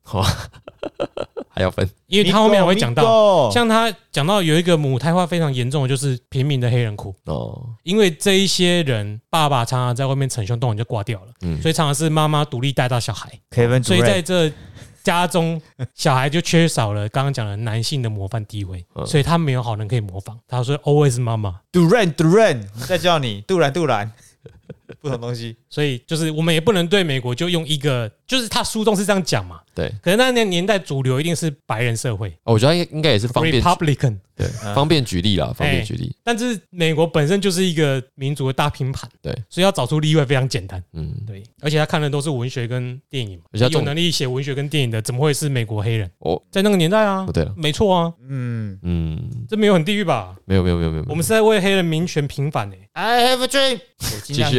[SPEAKER 2] 还要分。
[SPEAKER 3] 因为他后面还会讲到，
[SPEAKER 1] 到
[SPEAKER 3] 像他讲到有一个母胎化非常严重的，就是平民的黑人苦。
[SPEAKER 2] 哦，
[SPEAKER 3] 因为这一些人，爸爸常常在外面逞凶动狠就挂掉了，
[SPEAKER 2] 嗯
[SPEAKER 3] 所以常常是妈妈独立带大小孩。
[SPEAKER 1] Kevin 主
[SPEAKER 3] 所以在
[SPEAKER 1] 任，
[SPEAKER 3] 这家中小孩就缺少了刚刚讲的男性的模范地位，
[SPEAKER 2] 嗯
[SPEAKER 3] 所以他没有好人可以模仿。他说 always 妈妈，
[SPEAKER 1] 杜润杜润，再叫你杜兰杜兰， 不同东西。
[SPEAKER 3] 所以就是我们也不能对美国就用一个，就是他书中是这样讲嘛，
[SPEAKER 2] 对，
[SPEAKER 3] 可是那那年代主流一定是白人社会
[SPEAKER 2] 哦我觉得应该应该也是方便
[SPEAKER 3] Republican，
[SPEAKER 2] 对
[SPEAKER 1] 嗯
[SPEAKER 2] 方便举例啦，方
[SPEAKER 3] 哎
[SPEAKER 2] 便举例，
[SPEAKER 3] 但是美国本身就是一个民族的大拼盘，
[SPEAKER 2] 对，
[SPEAKER 3] 所以要找出例外非常简单。
[SPEAKER 2] 嗯，
[SPEAKER 3] 对，而且他看的都是文学跟电影嘛，
[SPEAKER 2] 而且他重
[SPEAKER 3] 有能力写文学跟电影的，怎么会是美国黑人？
[SPEAKER 2] 哦，
[SPEAKER 3] 在那个年代啊
[SPEAKER 2] 哦，对了，
[SPEAKER 3] 没错啊，
[SPEAKER 1] 嗯
[SPEAKER 2] 嗯，
[SPEAKER 3] 这没有很地狱吧？
[SPEAKER 2] 没有没有没有没有，
[SPEAKER 3] 我们是在为黑人民权平反呢、欸
[SPEAKER 1] ，I have a dream。我尽量
[SPEAKER 2] 继续